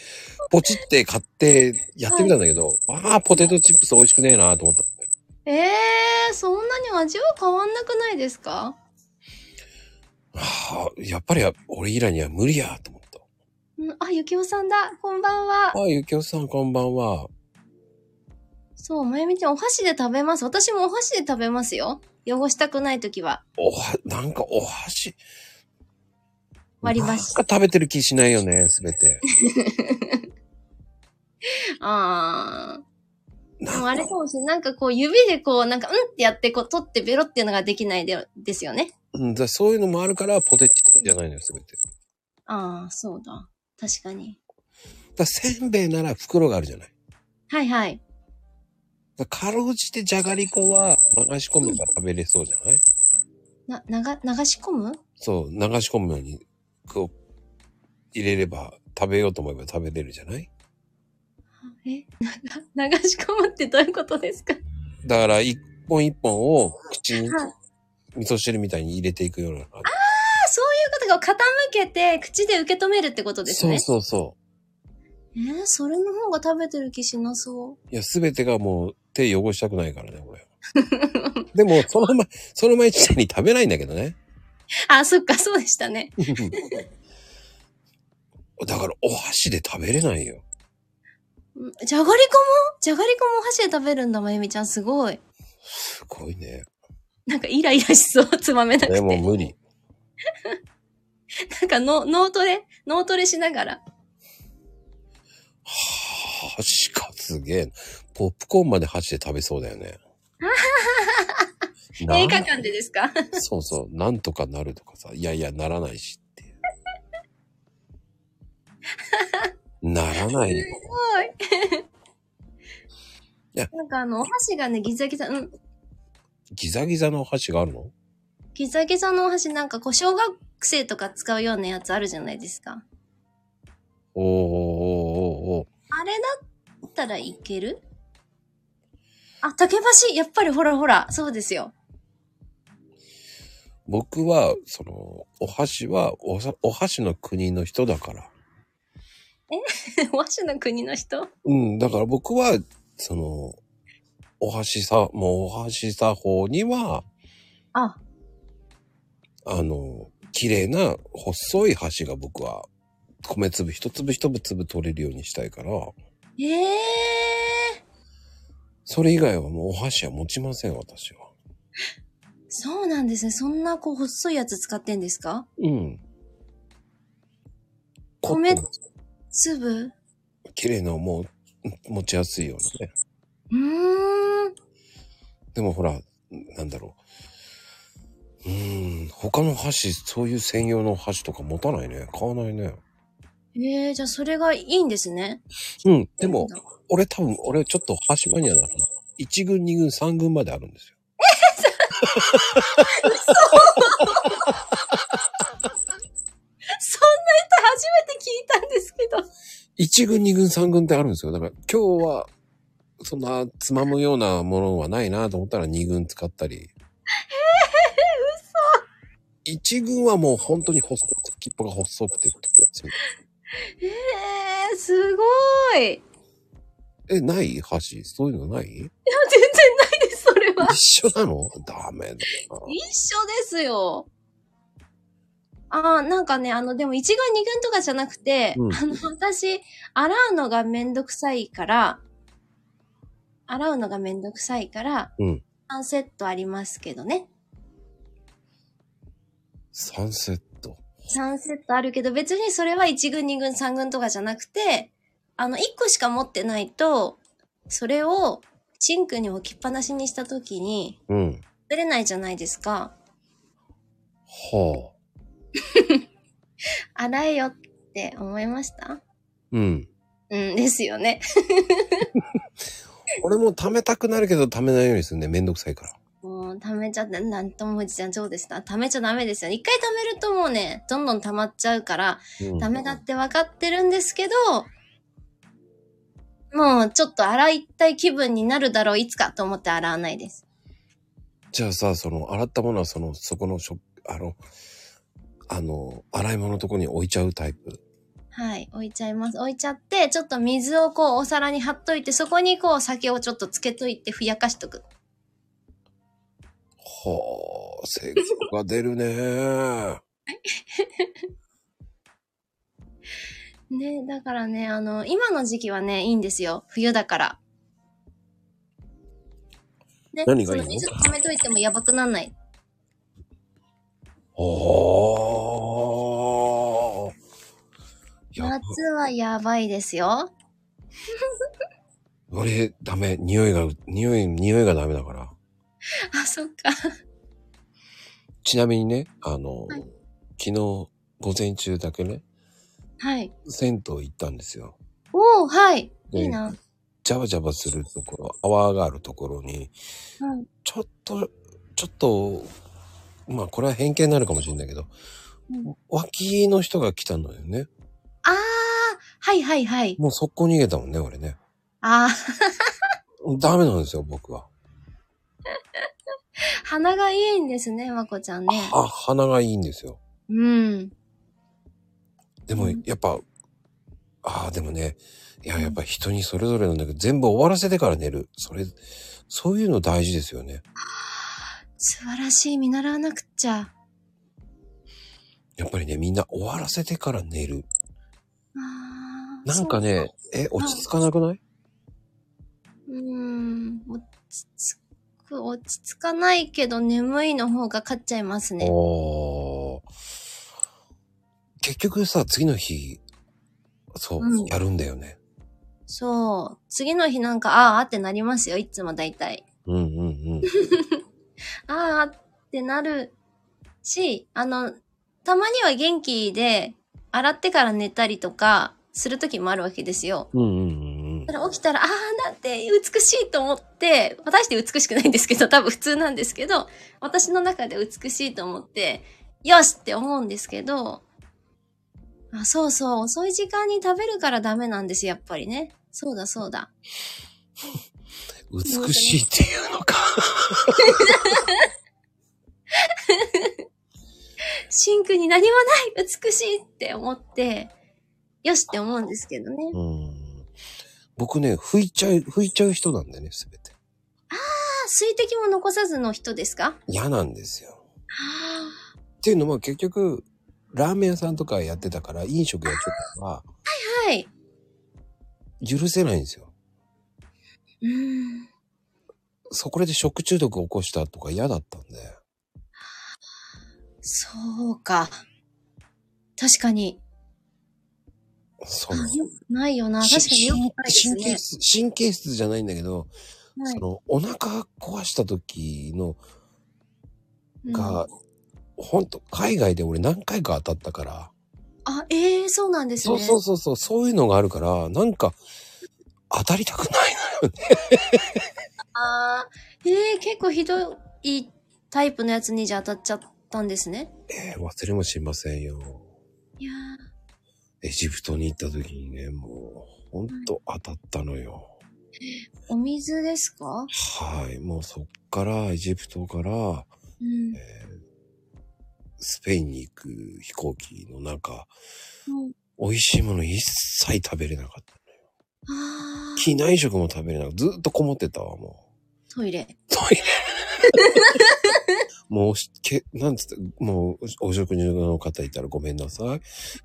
[SPEAKER 1] ポチって買ってやってみたんだけど、ああ、ポテトチップス美味しくねえなと思った。
[SPEAKER 4] ええー、そんなに味は変わんなくないですか
[SPEAKER 1] はあ、やっぱり俺以来には無理や、と思った。
[SPEAKER 4] うん、あ、ゆきおさんだ。こんばんは。
[SPEAKER 1] ああ、ゆきおさんこんばんは。
[SPEAKER 4] そう、まゆみちゃん、お箸で食べます。私もお箸で食べますよ。汚したくないときは。
[SPEAKER 1] おは、なんかお箸。
[SPEAKER 4] 割り箸
[SPEAKER 1] なんか食べてる気しないよね、すべて。
[SPEAKER 4] あー。で
[SPEAKER 1] な
[SPEAKER 4] もあれかもしれない。なんかこう、指でこう、なんか、うんってやって、こう、取ってベロっていうのができないでですよね。
[SPEAKER 1] うん、だそういうのもあるから、ポテチじゃないのよ、すべて。
[SPEAKER 4] ああ、そうだ。確かに。
[SPEAKER 1] だせんべいなら袋があるじゃない。
[SPEAKER 4] はいはい。
[SPEAKER 1] だかろうじてじゃがりこは流し込めば食べれそうじゃない
[SPEAKER 4] な、なが、流し込む
[SPEAKER 1] そう、流し込むように、こう、入れれば、食べようと思えば食べれるじゃない
[SPEAKER 4] え な流し込むってどういうことですか
[SPEAKER 1] だから、一本一本を口に
[SPEAKER 4] はい、
[SPEAKER 1] 味噌汁みたいに入れていくような。
[SPEAKER 4] あ、そういうことか。傾けて、口で受け止めるってことです
[SPEAKER 1] そう
[SPEAKER 4] ね。
[SPEAKER 1] そうそう。
[SPEAKER 4] えー、それの方が食べてる気しなそ
[SPEAKER 1] いや、すべてがもう手汚したくないからね、 俺。でも、その前、その前自体に食べないんだけどね。
[SPEAKER 4] う。あ、そっか、そうでしたね。
[SPEAKER 1] だから、お箸で食べれないよ。
[SPEAKER 4] うんじゃがりこもじゃがりこもお箸で食べるんだ、まゆみちゃん。すごい。
[SPEAKER 1] すごいね。
[SPEAKER 4] なんかイライラしそう。 つまめなく
[SPEAKER 1] で
[SPEAKER 4] て。
[SPEAKER 1] も無理。
[SPEAKER 4] なんかの脳トレ脳トレしながら。
[SPEAKER 1] 箸か、すげえ。ポップコーンまで箸で食べそうだよ ね。な
[SPEAKER 4] 映画館でですか
[SPEAKER 1] そうそう、なんとかなるとかさ、いやいや、ならないしっていう。 ならないよ。
[SPEAKER 4] すごい。
[SPEAKER 1] や
[SPEAKER 4] なんかあの、お箸がね、ギザギザ、うん、
[SPEAKER 1] ギザギザの箸があるの
[SPEAKER 4] ギザギザのお箸なんかこう、小学生とか使うようなやつあるじゃないですか。
[SPEAKER 1] おーおーおーおーおー
[SPEAKER 4] あれだったらいけるあ、竹橋やっぱりほらほら、そうですよ。
[SPEAKER 1] 僕は、その、お箸はおさ、お箸の国の人だから。
[SPEAKER 4] 和紙の国の人
[SPEAKER 1] うん、だから僕は、その、お箸さ、もうお箸作法には、
[SPEAKER 4] あ、
[SPEAKER 1] あの、綺麗な細い箸が僕は、米粒一粒一粒取れるようにしたいから、
[SPEAKER 4] ええ
[SPEAKER 1] それ以外はもうお箸は持ちません、私は。
[SPEAKER 4] そうなんですね。そんなこう細いやつ使ってんですか
[SPEAKER 1] うん。
[SPEAKER 4] 米
[SPEAKER 1] コット
[SPEAKER 4] 粒う
[SPEAKER 1] ン綺麗な、もう、持ちやすいようなね。
[SPEAKER 4] ーん。
[SPEAKER 1] でもほら、なんだろう。うーん、他の箸、そういう専用の箸とか持たないね。買わないね。
[SPEAKER 4] ええじゃあそれがいいんですね。
[SPEAKER 1] うん、でも、俺多分、俺ちょっと箸マニアだから、1軍、2軍、3軍まであるんですよ。
[SPEAKER 4] そんな人初めて聞いたんですけど。
[SPEAKER 1] 1軍、2軍、3軍ってあるんですよ。だから今日は、そんなつまむようなものはないなと思ったら2軍使ったり。えー、嘘 !1 軍はもう本当に細くて、切っぽが細くてってことですよ
[SPEAKER 4] ええすごい。
[SPEAKER 1] え、ない箸そういうのない
[SPEAKER 4] 全然ないです、それは。
[SPEAKER 1] 一緒なのダメだな。
[SPEAKER 4] 一緒ですよ。ああ、なんかね、あの、でも一軍二軍とかじゃなくて、
[SPEAKER 1] うん
[SPEAKER 4] あの、私、洗うのがめんどくさいから、洗うのがめんどくさいから、
[SPEAKER 1] うん
[SPEAKER 4] 3セットありますけどね。
[SPEAKER 1] サンセット。
[SPEAKER 4] 3セットあるけど、別にそれは一軍二軍三軍とかじゃなくて、あの、1個しか持ってないと、それをシンクに置きっぱなしにした時に、
[SPEAKER 1] うん。
[SPEAKER 4] 崩れないじゃないですか。
[SPEAKER 1] はあ。
[SPEAKER 4] 洗えよって思いました
[SPEAKER 1] うん。
[SPEAKER 4] うん、ですよね。
[SPEAKER 1] 俺も貯めたくなるけど貯めないようにするね。めんどくさいから。
[SPEAKER 4] もう、溜めちゃって、なんともおじちゃん、どうでした溜めちゃダメですよね。一回溜めるともうね、どんどん溜まっちゃうから、
[SPEAKER 1] うん
[SPEAKER 4] ダメだって分かってるんですけど、もう、ちょっと洗いたい気分になるだろう、いつかと思って洗わないです。
[SPEAKER 1] じゃあさ、その、洗ったものはその、そこの食、あの、あの、洗い物のとこに置いちゃうタイプ。
[SPEAKER 4] はい、置いちゃいます。置いちゃって、ちょっと水をこう、お皿に貼っといて、そこにこう、酒をちょっとつけといて、ふやかしとく。
[SPEAKER 1] はあ、成功が出るね。
[SPEAKER 4] ね、だからね、あの、今の時期はね、いいんですよ。冬だから。ね、
[SPEAKER 1] 何がいいの
[SPEAKER 4] その水溜めといてもやばくなんない。
[SPEAKER 1] はあ。やば
[SPEAKER 4] 夏はやばいですよ。
[SPEAKER 1] 俺、ダメ。匂いが、匂い、匂いがダメだから。
[SPEAKER 4] あ、そっか。
[SPEAKER 1] ちなみにね、あの、
[SPEAKER 4] はい
[SPEAKER 1] 昨日、午前中だけね、
[SPEAKER 4] はい。
[SPEAKER 1] 銭湯行ったんですよ。
[SPEAKER 4] おー、はい。
[SPEAKER 1] で
[SPEAKER 4] いいな。
[SPEAKER 1] ジャバジャバするところ、泡があるところに、
[SPEAKER 4] うん。
[SPEAKER 1] ちょっと、ちょっと、まあこれは偏見になるかもしれないけど、
[SPEAKER 4] うん
[SPEAKER 1] 脇の人が来たのよね。
[SPEAKER 4] あー、はいはいはい。
[SPEAKER 1] もう速攻逃げたもんね、俺ね。
[SPEAKER 4] あー、
[SPEAKER 1] ダメなんですよ、僕は。
[SPEAKER 4] 鼻がいいんですね、まこちゃんね。
[SPEAKER 1] あ、鼻がいいんですよ。
[SPEAKER 4] うん。
[SPEAKER 1] でも
[SPEAKER 4] うん
[SPEAKER 1] やっぱ、ああ、でもね、いや、やっぱ人にそれぞれなんだけど、全部終わらせてから寝る。それ、そういうの大事ですよね。
[SPEAKER 4] 素晴らしい、見習わなくっちゃ。
[SPEAKER 1] やっぱりね、みんな終わらせてから寝る。
[SPEAKER 4] あー
[SPEAKER 1] なんかね、え、落ち着かなくない
[SPEAKER 4] そううーん、落ち着く、落ち着かないけど眠いの方が勝っちゃいますね。
[SPEAKER 1] おー結局さ、次の日、そう、
[SPEAKER 4] うん
[SPEAKER 1] やるんだよね。
[SPEAKER 4] そう。次の日なんか、あーあってなりますよ。いつも大体。
[SPEAKER 1] うんうんうん。
[SPEAKER 4] あーあってなるし、あの、たまには元気で、洗ってから寝たりとか、する時もあるわけですよ。
[SPEAKER 1] うんうんうん
[SPEAKER 4] だから起きたら、ああ、なんて美しいと思って、私して美しくないんですけど、多分普通なんですけど、私の中で美しいと思って、よしって思うんですけど、あそうそう、遅い時間に食べるからダメなんです、やっぱりね。そうだそうだ。
[SPEAKER 1] うん。美しいっていうのか。
[SPEAKER 4] シンクに何もない美しいって思って、よしって思うんですけどね。
[SPEAKER 1] うん。僕ね、拭いちゃう、拭いちゃう人なんだよね、すべて。
[SPEAKER 4] ああ、水滴も残さずの人ですか
[SPEAKER 1] 嫌なんですよ。
[SPEAKER 4] あ
[SPEAKER 1] っていうのも結局、ラーメン屋さんとかやってたから、飲食やってたから、
[SPEAKER 4] あ、はい。
[SPEAKER 1] 許せないんですよ。
[SPEAKER 4] うーん。
[SPEAKER 1] そこで食中毒を起こしたとか嫌だったんで。
[SPEAKER 4] そうか。確かに。
[SPEAKER 1] その、
[SPEAKER 4] ないよな。確かによくないです
[SPEAKER 1] 神経
[SPEAKER 4] ね。
[SPEAKER 1] 質、神経質じゃないんだけど、
[SPEAKER 4] はい
[SPEAKER 1] その、お腹壊した時の、
[SPEAKER 4] うん
[SPEAKER 1] が、ほんと、海外で俺何回か当たったから、
[SPEAKER 4] あ、ええそうなんです
[SPEAKER 1] そ
[SPEAKER 4] ね。
[SPEAKER 1] うそうそうそう、そういうのがあるから、なんか、当たりたくない
[SPEAKER 4] ああ、ええ結構ひどいタイプのやつにじゃあ当たっちゃったんですね。
[SPEAKER 1] ね。忘れもしませんよ。
[SPEAKER 4] いやー
[SPEAKER 1] エジプトに行った時にね、もう、ほんと当たったのよ。
[SPEAKER 4] お水ですか
[SPEAKER 1] はい。もうそっから、エジプトから、
[SPEAKER 4] うん。
[SPEAKER 1] えースペインに行く飛行機の中、
[SPEAKER 4] うん
[SPEAKER 1] 美味しいもの一切食べれなかった。
[SPEAKER 4] ああ、
[SPEAKER 1] 機内食も食べれなくずっとこもってたわ、も
[SPEAKER 4] トイレ。
[SPEAKER 1] う。トイレもうし、け、なんつって、もう、お食事の方いたらごめんなさ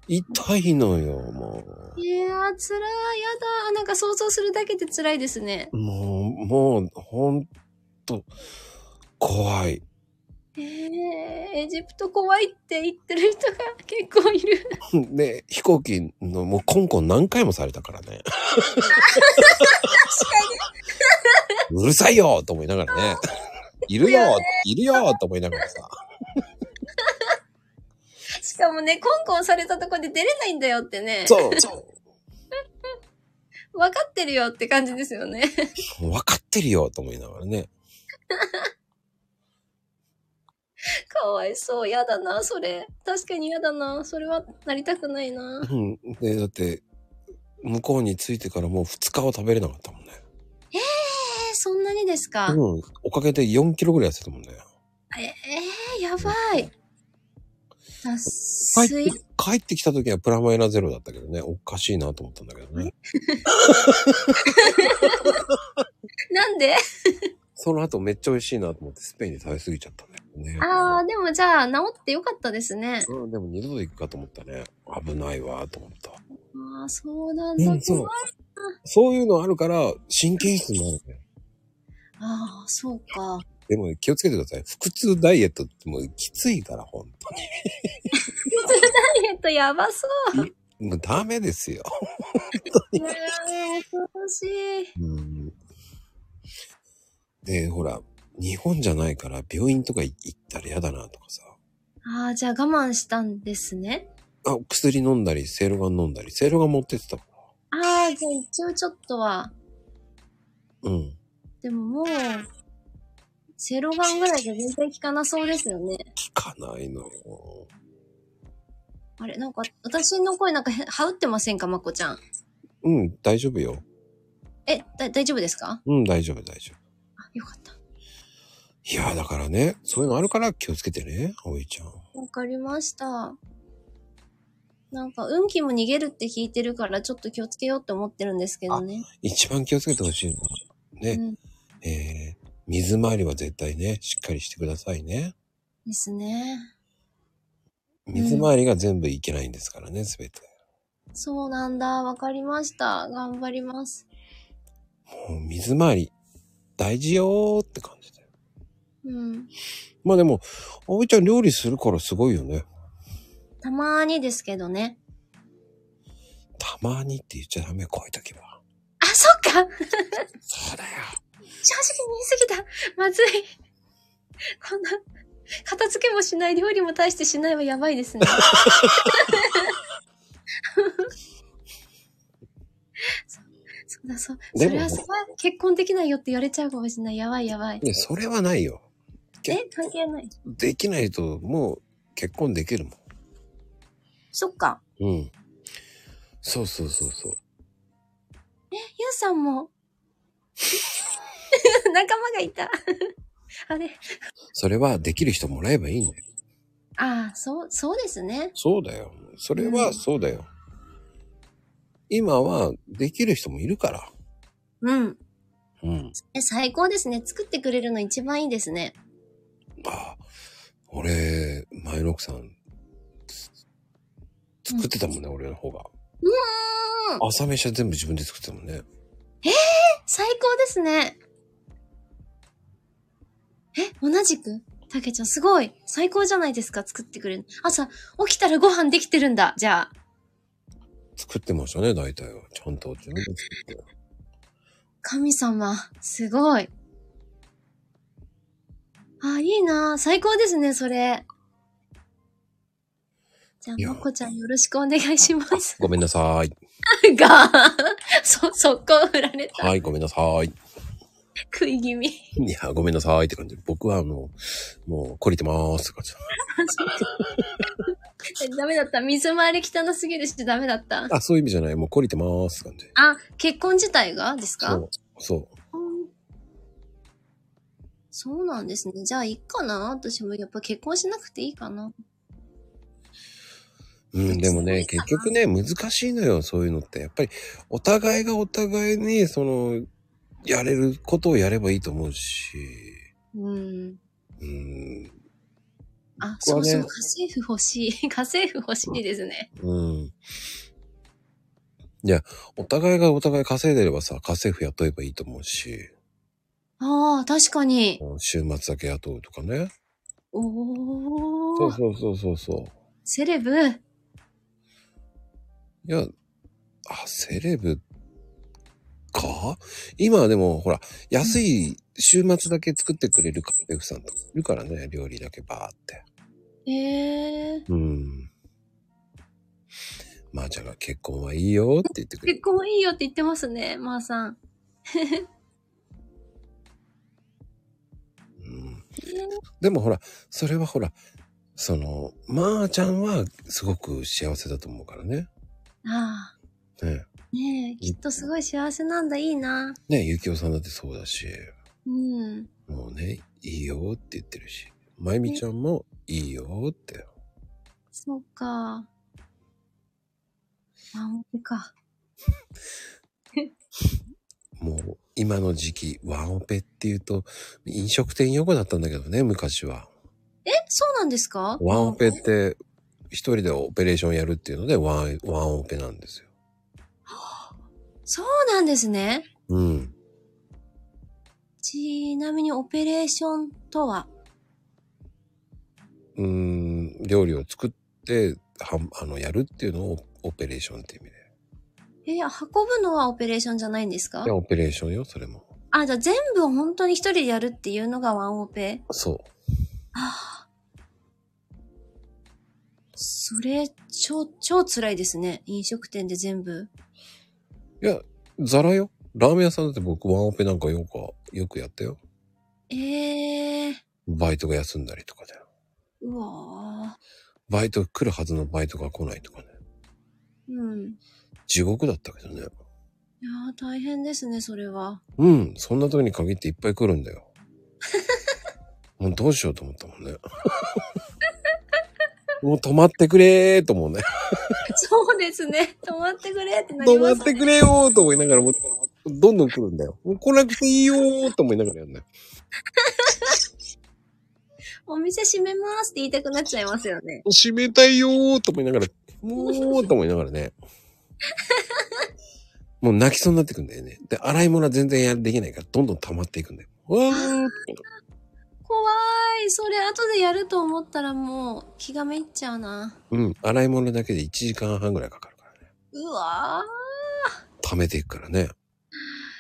[SPEAKER 1] い。痛いのよ、も
[SPEAKER 4] いやー、辛い。やだー。なんか想像するだけで辛いですね。
[SPEAKER 1] う。もう、もう、ほんと、怖い。
[SPEAKER 4] ええエジプト怖いって言ってる人が結構いる。
[SPEAKER 1] で、飛行機の、もう、コンコン何回もされたからね。うるさいよと思いながらね。いるよいるよと思いながらさ。
[SPEAKER 4] しかもね、コンコンされたとこで出れないんだよってね。
[SPEAKER 1] そう。そう
[SPEAKER 4] 分かってるよって感じですよね。
[SPEAKER 1] 分かってるよと思いながらね。
[SPEAKER 4] かわいそう。やだな、それ。確かにやだな。それはなりたくないな。
[SPEAKER 1] うん。で、だって、向こうに着いてからもう2日は食べれなかったもんね。
[SPEAKER 4] えー、そんなにですか、
[SPEAKER 1] うん。おかげで4キロぐらい痩せたもんね。
[SPEAKER 4] えー、やばい。脱
[SPEAKER 1] 帰って、
[SPEAKER 4] 水
[SPEAKER 1] 帰ってきた時はプラマイナゼロだったけどね。おかしいなと思ったんだけどね。
[SPEAKER 4] なんで
[SPEAKER 1] その後めっちゃ美味しいなと思ってスペインで食べ過ぎちゃったんだよね。
[SPEAKER 4] ああ、でもじゃあ、治ってよかったですね。
[SPEAKER 1] うん、でも二度と行くかと思ったね。危ないわ、と思った。
[SPEAKER 4] ああ、そうなん
[SPEAKER 1] う
[SPEAKER 4] だ
[SPEAKER 1] ん、。そう
[SPEAKER 4] 怖い。
[SPEAKER 1] そういうのあるから、神経質になるね。
[SPEAKER 4] ああ、そうか。
[SPEAKER 1] でも気をつけてください。腹痛ダイエットってもうきついから、本当
[SPEAKER 4] ダイエットやばそう。
[SPEAKER 1] に。もうダメですよ。
[SPEAKER 4] ねえ、恐ろしい。
[SPEAKER 1] うん。で、ほら、日本じゃないから病院とか行ったら嫌だなとかさ。
[SPEAKER 4] ああ、じゃあ我慢したんですね。
[SPEAKER 1] あ、薬飲んだり、セいろがん飲んだり、セいろがん持ってってたも
[SPEAKER 4] ああ、じゃあ一応ちょっとは。
[SPEAKER 1] ん。うん。
[SPEAKER 4] でももう、セロガンぐらいじゃ全然効かなそうですよね。
[SPEAKER 1] 効かないのよ。
[SPEAKER 4] あれ、なんか、私の声なんかへ、はうってませんか、まこちゃん。
[SPEAKER 1] うん、大丈夫よ。
[SPEAKER 4] え、だ、大丈夫ですか
[SPEAKER 1] うん、大丈夫、大丈夫。
[SPEAKER 4] あ、よかった。
[SPEAKER 1] いや、だからね、そういうのあるから気をつけてね、葵ちゃん。
[SPEAKER 4] わかりました。なんか、運気も逃げるって聞いてるから、ちょっと気をつけようって思ってるんですけどね。
[SPEAKER 1] 一番気をつけてほしいのは、ね、
[SPEAKER 4] うん
[SPEAKER 1] えー、水回りは絶対ね、しっかりしてくださいね。
[SPEAKER 4] ですね。
[SPEAKER 1] 水回りが全部いけないんですからね、すべて。
[SPEAKER 4] そうなんだ。わかりました。頑張ります。
[SPEAKER 1] もう水回り、大事よーって感じだよ。
[SPEAKER 4] うん。
[SPEAKER 1] まあでも、葵ちゃん料理するからすごいよね。
[SPEAKER 4] たまーにですけどね。
[SPEAKER 1] たまにって言っちゃダメよ、こういう時は。
[SPEAKER 4] あ、そっか正直に
[SPEAKER 1] そうだよ。
[SPEAKER 4] 言い過ぎたまずいこんな、片付けもしない、料理も大してしないはやばいですね。そそうだそう。それは
[SPEAKER 1] でも
[SPEAKER 4] それは結婚できないよって言われちゃうかもしれない。やばいやばい。
[SPEAKER 1] ね、それはないよ。
[SPEAKER 4] え
[SPEAKER 1] け、
[SPEAKER 4] 関係ない。
[SPEAKER 1] できないと、もう結婚できるもん。
[SPEAKER 4] そっか。
[SPEAKER 1] うん。そうそうそうそう。
[SPEAKER 4] ゆうさんも。 仲間がいた。あれ
[SPEAKER 1] それはできる人もらえばいいんだよ。
[SPEAKER 4] ああ、そう、そうですね。
[SPEAKER 1] そうだよ。それはそうだよ。今はできる人もいるから。
[SPEAKER 4] うん。
[SPEAKER 1] うん。
[SPEAKER 4] え、最高ですね。作ってくれるの一番いいですね。
[SPEAKER 1] ああ、俺、前の奥さん、つ作ってたもんね、俺の方が。
[SPEAKER 4] うーん。
[SPEAKER 1] 朝飯は全部自分で作ってたもんね。
[SPEAKER 4] 最高ですね。え、同じくたけちゃん、すごい。最高じゃないですか、作ってくれる。朝、起きたらご飯できてるんだ、じゃあ。
[SPEAKER 1] 作ってましたね、大体は。ちゃんと自分で作って。
[SPEAKER 4] 神様、すごい。あ、いいなぁ最高ですね、それ。じゃ
[SPEAKER 1] いや
[SPEAKER 4] あ、まこちゃんよろしくお願いします。
[SPEAKER 1] ごめんなさい。
[SPEAKER 4] が、そ、そこを振られた。
[SPEAKER 1] はい、ごめんなさい。
[SPEAKER 4] 食い気味。
[SPEAKER 1] いや、ごめんなさいって感じ。僕はあの、もう、懲りてまーすって感じ。
[SPEAKER 4] ダメだった。水回り汚すぎるし、ダメだった。
[SPEAKER 1] あ、そういう意味じゃない。もう懲りてまーすって感じ。
[SPEAKER 4] あ、結婚自体がです
[SPEAKER 1] そ
[SPEAKER 4] か
[SPEAKER 1] う。そう。
[SPEAKER 4] そうなんですね。じゃあ、いいかな私もやっぱ結婚しなくていいかな。
[SPEAKER 1] うん、でもね、結局ね、難しいのよ、そういうのって。やっぱり、お互いがお互いに、その、やれることをやればいいと思うし、
[SPEAKER 4] うん。
[SPEAKER 1] うん、
[SPEAKER 4] あ、
[SPEAKER 1] こ
[SPEAKER 4] そ
[SPEAKER 1] は
[SPEAKER 4] う
[SPEAKER 1] ね
[SPEAKER 4] そう。家政婦欲しい。 家政婦欲しいですね。
[SPEAKER 1] うん。いや、お互いがお互い稼いでればさ、家政婦雇えばいいと思うし、
[SPEAKER 4] ああ、確かに。
[SPEAKER 1] 週末だけ雇うとかね。
[SPEAKER 4] お
[SPEAKER 1] そ
[SPEAKER 4] お
[SPEAKER 1] う。そうそうそうそう。
[SPEAKER 4] セレブ。
[SPEAKER 1] いや、あ、セレブか今はでも、ほら、安い週末だけ作ってくれる家政婦さんとかいるからね、料理だけバーって。
[SPEAKER 4] ええ
[SPEAKER 1] うん。まー、ちゃんが結婚はいいよって言ってくれ
[SPEAKER 4] 結
[SPEAKER 1] る。
[SPEAKER 4] 婚いいよって言ってますね、まー、さん。
[SPEAKER 1] うん、
[SPEAKER 4] えー
[SPEAKER 1] でもほら、それはほら、その、まー、ちゃんはすごく幸せだと思うからね。
[SPEAKER 4] ああ、
[SPEAKER 1] ね
[SPEAKER 4] ねえ、きっとすごい幸せなんだ、いいな。
[SPEAKER 1] ねゆきおさんだってそうだし、
[SPEAKER 4] うん。
[SPEAKER 1] もうね、いいよって言ってるし、まゆみちゃんもいいよって。
[SPEAKER 4] そうか。あ、ほんとか。
[SPEAKER 1] もう今の時期ワンオペっていうと飲食店用語だったんだけどね昔は
[SPEAKER 4] え、そうなんですか
[SPEAKER 1] ワンオペって一人でオペレーションやるっていうのでワンワンオペなんですよ
[SPEAKER 4] そうなんですね。
[SPEAKER 1] うん
[SPEAKER 4] ちなみにオペレーションとは
[SPEAKER 1] うーん料理を作ってはんあのやるっていうのをオペレーションっていう意味で
[SPEAKER 4] えー、運ぶのはオペレーションじゃないんですか
[SPEAKER 1] でオペレーションよそれも
[SPEAKER 4] あ、じゃあ全部本当に一人でやるっていうのがワンオペ
[SPEAKER 1] そ
[SPEAKER 4] あーそれ、超、超辛いですね。飲食店で全部。
[SPEAKER 1] ういやザラよラーメン屋さんだって僕ワンオペなんかよくよくやったよ
[SPEAKER 4] ええー、
[SPEAKER 1] バイトが休んだりとかで
[SPEAKER 4] うわ
[SPEAKER 1] バイト来るはずのバイトが来ないとかね
[SPEAKER 4] ーうん。
[SPEAKER 1] 地獄だったけどね
[SPEAKER 4] いやー大変ですね、そ れは。
[SPEAKER 1] うん、そんな時に限っていっぱい来るんだよ。もうどうしようと思った もんね。もう止まってくれーと思うね。
[SPEAKER 4] そうですね。止まってくれってなり
[SPEAKER 1] 止
[SPEAKER 4] ま。
[SPEAKER 1] ますってくれよーと思いながらもう、どんどん来るんだよ。もう来なくていいよーと思いながらやるんだよ。
[SPEAKER 4] お店閉めますって言いたくなっちゃいますよね。
[SPEAKER 1] 閉めたいよーと思いながら、もうと思いながら ね。もう泣きそうになってくんだよね。で、洗い物は全然やできないから、どんどん溜まっていくんだよ。わー
[SPEAKER 4] 怖い。それ後でやると思ったらもう気がめいっちゃうな。
[SPEAKER 1] うん、洗い物だけで1時間半ぐらいかかるからね。
[SPEAKER 4] うわー。
[SPEAKER 1] 溜めていくからね。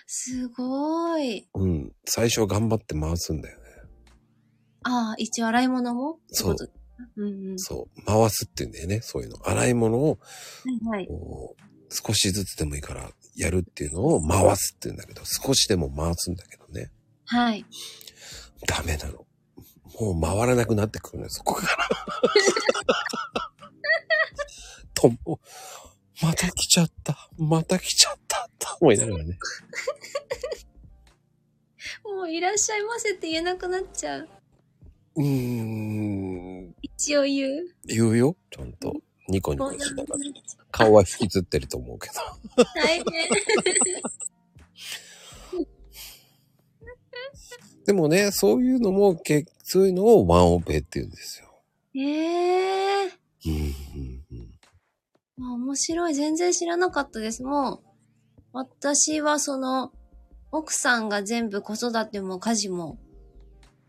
[SPEAKER 4] すごい。
[SPEAKER 1] うん。最初は頑張って回すんだよね。
[SPEAKER 4] ああ、一応洗い物も
[SPEAKER 1] そう。
[SPEAKER 4] ってことうんうん。
[SPEAKER 1] そう。回すって言うんだよね。そういうの。洗い物を、
[SPEAKER 4] はいはい。
[SPEAKER 1] こう少しずつでもいいからやるっていうのを回すって言うんだけど、少しでも回すんだけどね。
[SPEAKER 4] はい。
[SPEAKER 1] ダメなの。もう回らなくなってくるのよ、そこから。と、もうまた来ちゃった。また来ちゃった。と思いながらね。
[SPEAKER 4] もういらっしゃいませって言えなくなっちゃう。
[SPEAKER 1] うーん。
[SPEAKER 4] 一応言う。
[SPEAKER 1] 言うよ、ちゃんと。ニコニコしながら。顔は引きずってると思うけど。
[SPEAKER 4] 大変。
[SPEAKER 1] でもね、そういうのも、けそういうのをワンオペって言うんですよ。
[SPEAKER 4] ええー。
[SPEAKER 1] うんうんうん
[SPEAKER 4] まあ、面白い。全然知らなかったです。もう、私はその、奥さんが全部子育ても家事も、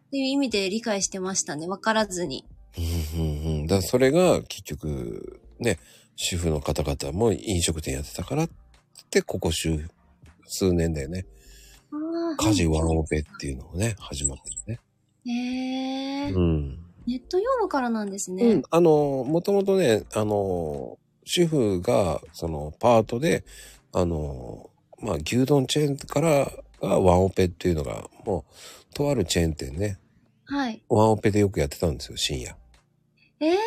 [SPEAKER 4] っていう意味で理解してましたね。わからずに。
[SPEAKER 1] うんうんうん。だからそれが結局、ね、主婦の方々も飲食店やってたからって、ここ数数年だよね。
[SPEAKER 4] ああ。
[SPEAKER 1] 家事ワンオペっていうのをね、始まってるね。
[SPEAKER 4] ええー。
[SPEAKER 1] うん。
[SPEAKER 4] ネット用語からなんですね。
[SPEAKER 1] うん、あの、もともとね、あの、主婦が、その、パートで、あの、まあ、牛丼チェーンからがワンオペっていうのが、もう、とあるチェーン店ね、
[SPEAKER 4] はい。
[SPEAKER 1] ワンオペでよくやってたんですよ、深夜。
[SPEAKER 4] ええー、あ、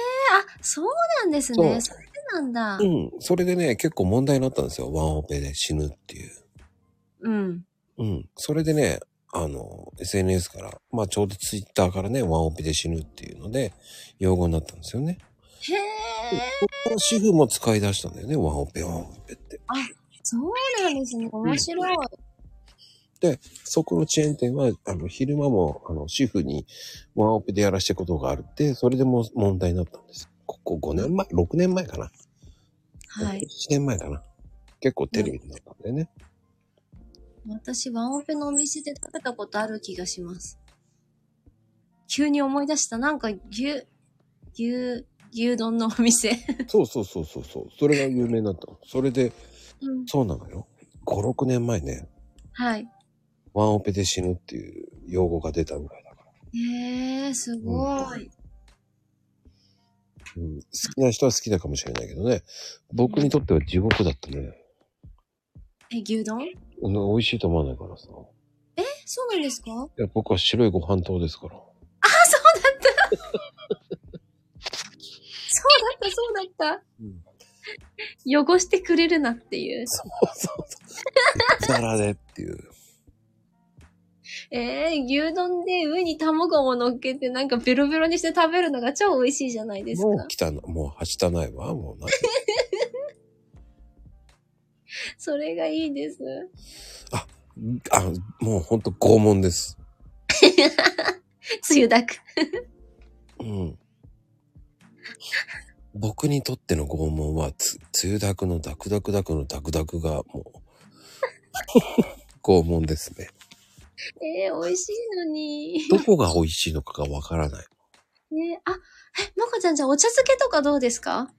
[SPEAKER 4] そうなんですね。それなんだ。
[SPEAKER 1] うん、それでね、結構問題になったんですよ、ワンオペで死ぬっていう。
[SPEAKER 4] うん。
[SPEAKER 1] うん、それでね、あの、SNS から、まあ、ちょうどツイッターからね、ワンオペで死ぬっていうので、用語になったんですよね。
[SPEAKER 4] へえ。
[SPEAKER 1] この主婦も使い出したんだよね、ワンオペ、ワンオペって。
[SPEAKER 4] そうなんですね。面白い。
[SPEAKER 1] そこのチェーン店は、あの、昼間も、あの、主婦にワンオペでやらしてことがあるって、それでもう問題になったんです。ここ5年前、6年前かな。
[SPEAKER 4] はい
[SPEAKER 1] 7。年前かな。結構テレビになったんだよね。
[SPEAKER 4] 私、ワンオペのお店で食べたことある気がします。急に思い出した。なんか、牛、牛、牛丼のお店。
[SPEAKER 1] そうそうそうそうそう。それが有名になったの。それで、
[SPEAKER 4] うん
[SPEAKER 1] そうなのよ。5、6年前ね、
[SPEAKER 4] はい。
[SPEAKER 1] ワンオペで死ぬっていう用語が出たぐらいだから。
[SPEAKER 4] えー、すごい。
[SPEAKER 1] うん、好きな人は好きだかもしれないけどね。僕にとっては地獄だったね。
[SPEAKER 4] え、牛丼え、
[SPEAKER 1] うん美味しいと思わないからさ。い
[SPEAKER 4] そうなんですか
[SPEAKER 1] や僕は白いご飯党ですから。
[SPEAKER 4] そうだった、そうだった。
[SPEAKER 1] うん
[SPEAKER 4] 汚してくれるなっていう。
[SPEAKER 1] そうそうそう。ザラでっていう。
[SPEAKER 4] えー、牛丼で上に卵も乗っけて、なんかベロベロにして食べるのが超美味しいじゃないです
[SPEAKER 1] もう
[SPEAKER 4] か。
[SPEAKER 1] 汚い、もうはしたないわ、もうなんか。
[SPEAKER 4] それがいいです。
[SPEAKER 1] あ、もうほんと拷問です。
[SPEAKER 4] つゆだく。
[SPEAKER 1] うん。僕にとっての拷問は、つ、つゆだくのダクダクダクのダクダクが、もう、 拷問ですね。
[SPEAKER 4] えー、美味しいのに。
[SPEAKER 1] どこが美味しいのかがわからない。
[SPEAKER 4] ねあ、え、まこちゃんじゃあお茶漬けとかどうですか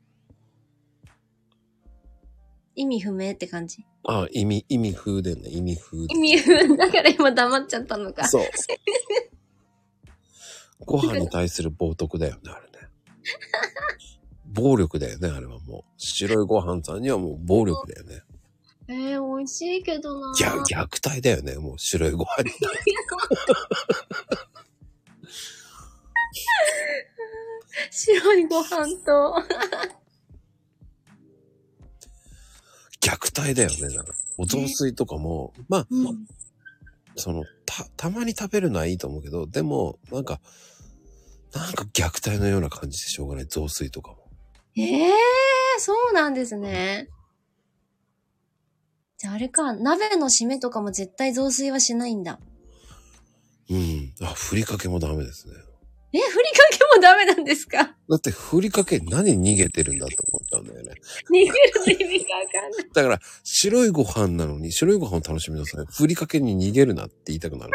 [SPEAKER 4] 意味不明って感じ。
[SPEAKER 1] あ、意味、意味風だよね、意味風で
[SPEAKER 4] 意味不明。だから今黙っちゃったのか。
[SPEAKER 1] そう。ご飯に対する冒涜だよね、あれね。暴力だよね、あれはもう。白いご飯さんにはもう暴力だよね。
[SPEAKER 4] えー、美味しいけどな
[SPEAKER 1] ぎゃ虐待だよね、もう白いご 飯に。
[SPEAKER 4] 白いご飯と。
[SPEAKER 1] 虐待だよね、なんか。お雑炊とかも、まあ、
[SPEAKER 4] うん。
[SPEAKER 1] その、た、たまに食べるのはいいと思うけど、でも、なんか、なんか虐待のような感じでしょうがない、雑炊とかも。
[SPEAKER 4] えー、そうなんですね。じゃああれか、鍋の締めとかも絶対雑炊はしないんだ。
[SPEAKER 1] うん。あ、ふりかけもダメですね。
[SPEAKER 4] え、ふりかけもダメなんです か
[SPEAKER 1] だって、ふりかけ何逃げてるんだと思っちゃうんだよね。
[SPEAKER 4] 逃げるって意味がわかんない。
[SPEAKER 1] だから、白いご飯なのに、白いご飯を楽しみなさい。ふりかけに逃げるなって言いたくな る。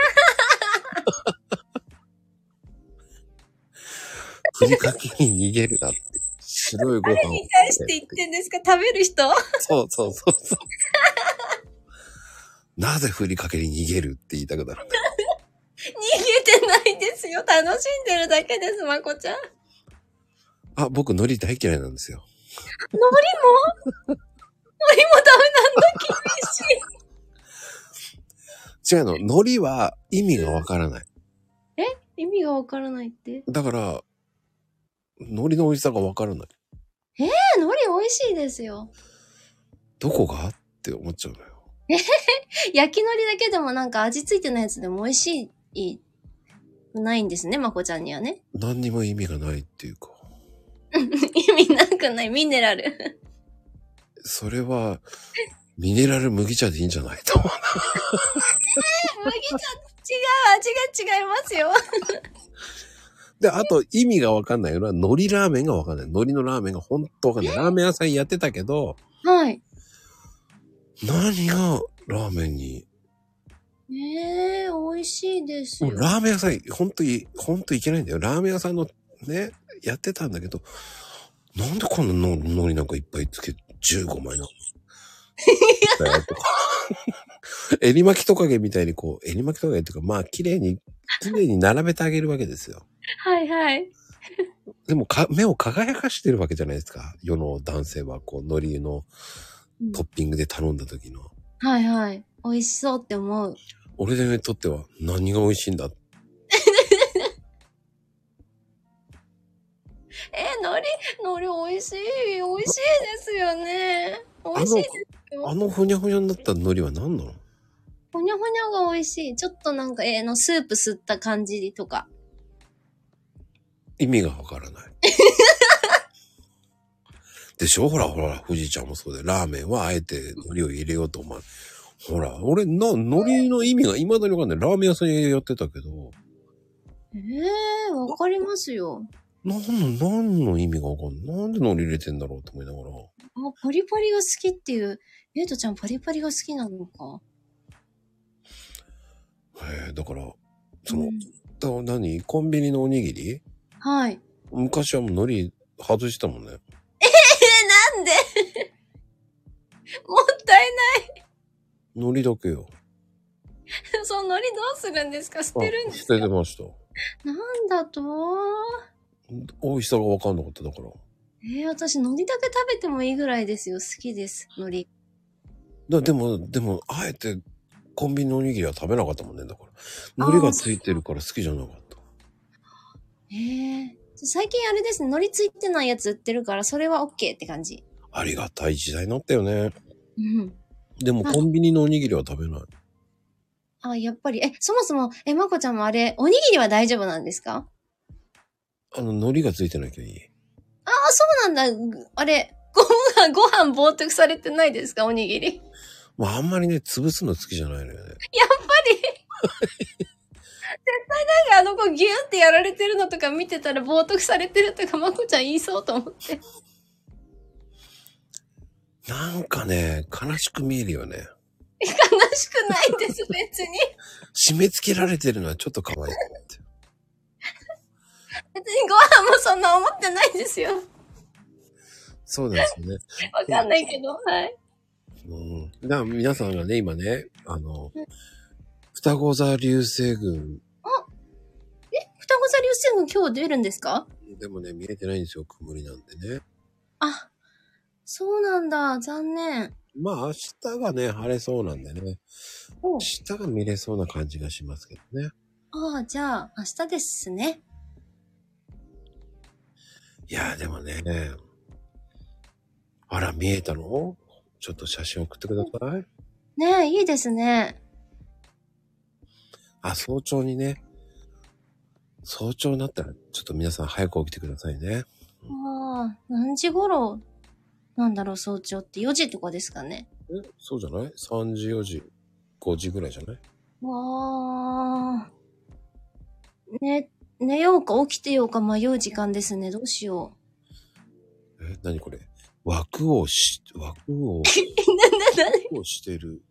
[SPEAKER 1] ふりかけに逃げるなって。白いご飯を。
[SPEAKER 4] に対して言ってんですか食べる人
[SPEAKER 1] そうそうそうそう。なぜふりかけに逃げるって言いたくなる。
[SPEAKER 4] 逃げてないですよ。楽しんでるだけです、まこちゃん。
[SPEAKER 1] あ、僕、海苔大嫌いなんですよ。
[SPEAKER 4] 海苔も海苔もダメなんだ、厳し
[SPEAKER 1] 違うの。海苔は意味がわからない。
[SPEAKER 4] い。意味がわからないって。
[SPEAKER 1] だから、海苔の美味しさがわからない。
[SPEAKER 4] え、海苔美味しいですよ。
[SPEAKER 1] どこがって思っちゃうのよ。
[SPEAKER 4] 焼き海苔だけでもなんか味付いてないやつでも美味しい、 ないんですね、まこちゃんにはね。
[SPEAKER 1] 何にも意味がないっていうか。
[SPEAKER 4] 今見なくないミネラル。
[SPEAKER 1] それは、ミネラル麦茶でいいんじゃないと思うな。
[SPEAKER 4] 麦茶、違う、味が違いますよ。
[SPEAKER 1] で、あと意味がわかんないのは、海苔ラーメンがわかんない。海苔のラーメンがほんとわかんない。ラーメン屋さんやってたけど、
[SPEAKER 4] はい。
[SPEAKER 1] 何がラーメンに、
[SPEAKER 4] ええ美味しいです
[SPEAKER 1] も
[SPEAKER 4] よ
[SPEAKER 1] う。ラーメン屋さん、ほんとい、ほんといけないんだよ。ラーメン屋さんのね、やってたんだけど、なんでこんなの海苔なんかいっぱいつけ、15枚の。だよとか。 襟巻きトカゲみたいにこう、襟巻きトカゲっていうか、まあ、綺麗に、綺麗に並べてあげるわけですよ。
[SPEAKER 4] はいはい。
[SPEAKER 1] でもか、目を輝かしてるわけじゃないですか。世の男性は、こう、海苔の
[SPEAKER 4] うん
[SPEAKER 1] トッピングで頼んだ時の。
[SPEAKER 4] はいはい。美味しそうって思う。
[SPEAKER 1] 俺にとっては、何が美味しいんだ
[SPEAKER 4] えー、海苔、海苔美味しい。美味しいですよね。美
[SPEAKER 1] あ
[SPEAKER 4] 味しい
[SPEAKER 1] の
[SPEAKER 4] です。、
[SPEAKER 1] あのふにゃふにゃになった海苔は何なの
[SPEAKER 4] ほにゃほにゃが美味しい。ちょっとなんか、えー、の、スープ吸った感じとか。
[SPEAKER 1] 意味がわから ない。でしょほらほら、富士ちゃんもそうで、ラーメンはあえて海苔を入れようと思う。ほら、俺、な、海苔の意味が未だにわかんない。ラーメン屋さんやってたけど、
[SPEAKER 4] ええわかりますよ。
[SPEAKER 1] なんの、何の意味がわかんない。なんで海苔入れてんだろうと思いながら。
[SPEAKER 4] あ、パリパリが好きっていう。ゆうとちゃんパリパリが好きなのか。
[SPEAKER 1] へえ、だから、その、
[SPEAKER 4] うん
[SPEAKER 1] だから何コンビニのおにぎり
[SPEAKER 4] はい。
[SPEAKER 1] 昔はもう海苔外したもんね。
[SPEAKER 4] なんで もったい
[SPEAKER 1] 海苔だけよ。
[SPEAKER 4] ない。 その海苔どうするんですか捨てるん
[SPEAKER 1] あ
[SPEAKER 4] です
[SPEAKER 1] 捨ててました。
[SPEAKER 4] なんだと
[SPEAKER 1] 美味しさがわかんなかっただから。
[SPEAKER 4] えー、私海苔だけ食べてもいいぐらいですよ。好きです。海苔。
[SPEAKER 1] だでも、でも、あえてコンビニのおにぎりは食べなかったもんね。だから。海苔がついてるから好きじゃなかった。
[SPEAKER 4] えー。最近あれですね、海苔ついてないやつ売ってるから、それは OK って感じ。
[SPEAKER 1] ありがたい時代になったよね。
[SPEAKER 4] うん。
[SPEAKER 1] でも
[SPEAKER 4] あ
[SPEAKER 1] コンビニのおにぎりは食べない。
[SPEAKER 4] あ、やっぱり。え、そもそも、え、まこちゃんもあれ、おにぎりは大丈夫なんですか
[SPEAKER 1] あの、海苔がついてなきゃいい。
[SPEAKER 4] ああ、そうなんだ。ぐあれ、ご飯、ご 飯冒涜されてないですかおにぎり。やっ
[SPEAKER 1] まあ、あんまりね、潰すの好きじゃないのよね。
[SPEAKER 4] ぱり。絶対なんかあの子ギュンってやられてるのとか見てたら冒涜されてるとか、まこちゃん言いそうと思って。
[SPEAKER 1] なんかね、悲しく見えるよね。
[SPEAKER 4] 悲しくないです、別に。
[SPEAKER 1] 締め付けられてるのはちょっと可愛いって。
[SPEAKER 4] 別にご飯もそんな思ってないです よ。
[SPEAKER 1] そうなんですよね。
[SPEAKER 4] わかんないけど、はい。
[SPEAKER 1] うん。だから皆さんがね、今ね、あの、双子座流星群、
[SPEAKER 4] 双子座流星群今日出るんですか
[SPEAKER 1] でもね、見えてないんですよ、曇りなんでね。
[SPEAKER 4] あ、そうなんだ、残念。
[SPEAKER 1] まあ、明日がね、晴れそうなんでね、明日が見れそうな感じがしますけどね。
[SPEAKER 4] ああ、じゃあ、明日ですね。
[SPEAKER 1] いやー、でもね、あら、見えたのちょっと写真送ってください。
[SPEAKER 4] ねえ、いいですね。
[SPEAKER 1] あ、早朝にね、早朝になったら、ちょっと皆さん早く起きてくださいね。
[SPEAKER 4] ああ、何時頃なんだろう、早朝って4時とかですかね。
[SPEAKER 1] え、そうじゃない ?3 時、4時、5時ぐらいじゃない
[SPEAKER 4] わあ。ね、寝ようか起きてようか迷う時間ですね。どうしよ
[SPEAKER 1] え、なにこれ枠をし、枠を、
[SPEAKER 4] う。 な、な、な、わか
[SPEAKER 1] をしてる。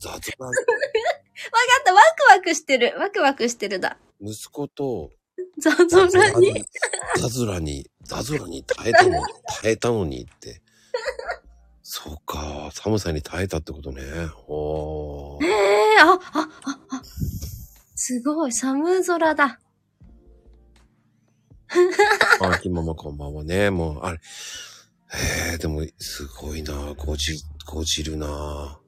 [SPEAKER 1] 雑談。
[SPEAKER 4] った。ワクワクしてる。ワクワクしてる だ。
[SPEAKER 1] 息子と、
[SPEAKER 4] 雑談に。
[SPEAKER 1] ザズラに、ザズラに耐えたのに、耐えたのにって。そうか、寒さに耐えたってことね。おー。
[SPEAKER 4] ええあ、あ、あ、あ。すごい、寒空だ。
[SPEAKER 1] あきママこんばんはね。もう、あれ。えー、でも、すごいな。ごじ、ごじるな。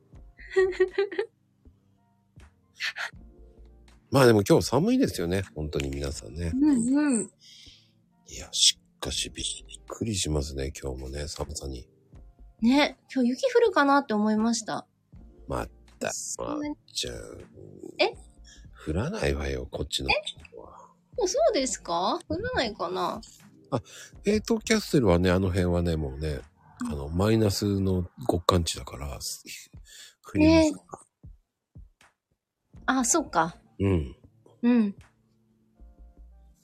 [SPEAKER 1] まあでも今日寒いですよね。本当に皆さんね。
[SPEAKER 4] うんうん。
[SPEAKER 1] いや、しっかしびっくりしますね。今日もね、寒さに。
[SPEAKER 4] ね、今日雪降るかなって思いました。
[SPEAKER 1] また、まあ、じゃあ。
[SPEAKER 4] え
[SPEAKER 1] 降らないわよ、こっちの。
[SPEAKER 4] そうですか降らないかな
[SPEAKER 1] エイトキャッスルはね、あの辺はね、もうね、あの、マイナスの極寒地だから、降ります。
[SPEAKER 4] ねあ、そうか。
[SPEAKER 1] うん。
[SPEAKER 4] うん。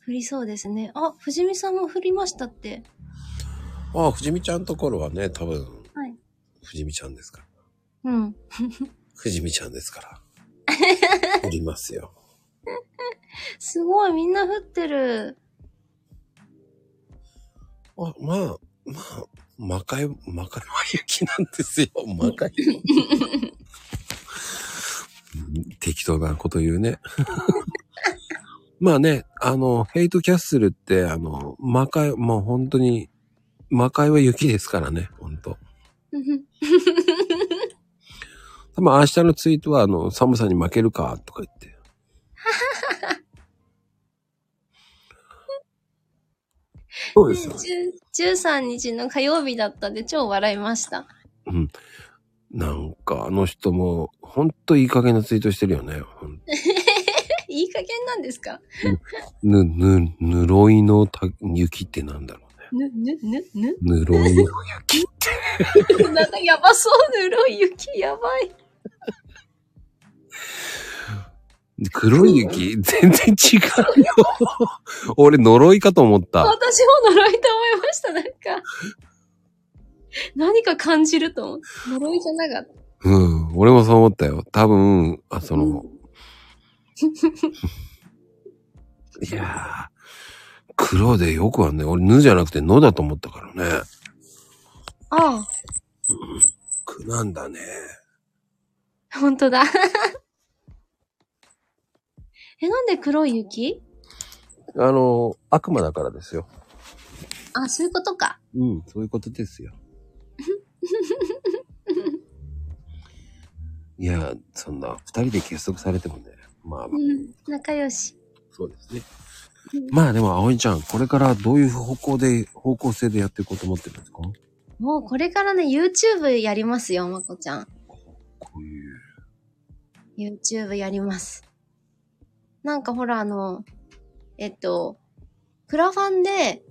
[SPEAKER 4] 降りそうですね。あ、藤見さんも降りましたって。
[SPEAKER 1] ああ、藤見ちゃんところはね、多分、
[SPEAKER 4] はい
[SPEAKER 1] 藤見ちゃんですから。
[SPEAKER 4] うん。
[SPEAKER 1] 藤見ちゃんですから。降りますよ。
[SPEAKER 4] すごい、みんな降ってる。
[SPEAKER 1] あ、まあ、まあ、魔界、魔界は雪なんですよ。魔界。うん適当なこと言うね。 まあね、あの、ヘイトキャッスルって、あの、魔界、もう本当に、魔界は雪ですからね、本当多分明日のツイートは、あの、寒さに負けるか、とか言 って。そうですよ。
[SPEAKER 4] 10 13日の火曜日だったんで超笑いました。
[SPEAKER 1] なんか、あの人も、ほんといい加減なツイートしてるよね。ほん
[SPEAKER 4] いい加減なんですか
[SPEAKER 1] ぬ、ぬ、ぬろいのた雪ってなんだろうね。
[SPEAKER 4] ぬ、ぬ、ぬ、 ぬ
[SPEAKER 1] ぬろいの雪。
[SPEAKER 4] なんかやばそう、ぬるい雪、やばい。
[SPEAKER 1] 黒い雪 全然違うよ。 俺、呪いかと思った。
[SPEAKER 4] 私も呪いと思いました、なんか。何か感じると思う。呪いじゃなかった。
[SPEAKER 1] うん。俺もそう思ったよ。多分、あ、その、 いやー、黒でよくはね、俺、ぬじゃなくて、のだと思ったからね。
[SPEAKER 4] あ
[SPEAKER 1] くなんだね。
[SPEAKER 4] あ、ほんとだ。 え、なんで黒い雪
[SPEAKER 1] あの、悪魔だからですよ。
[SPEAKER 4] あ、そういうことか。
[SPEAKER 1] うん、そういうことです よ。いや、そんな、二人で結束されてもね、まあ、
[SPEAKER 4] うん、仲良し。
[SPEAKER 1] そうですね
[SPEAKER 4] うん。
[SPEAKER 1] まあでも、葵ちゃん、これからどういう方向で、方向性でやっていこうと思ってるんですか
[SPEAKER 4] もうこれからね、YouTube やりますよ、まこちゃん。
[SPEAKER 1] こういう。
[SPEAKER 4] YouTube やります。なんかほら、あの、えっと、クラファンで、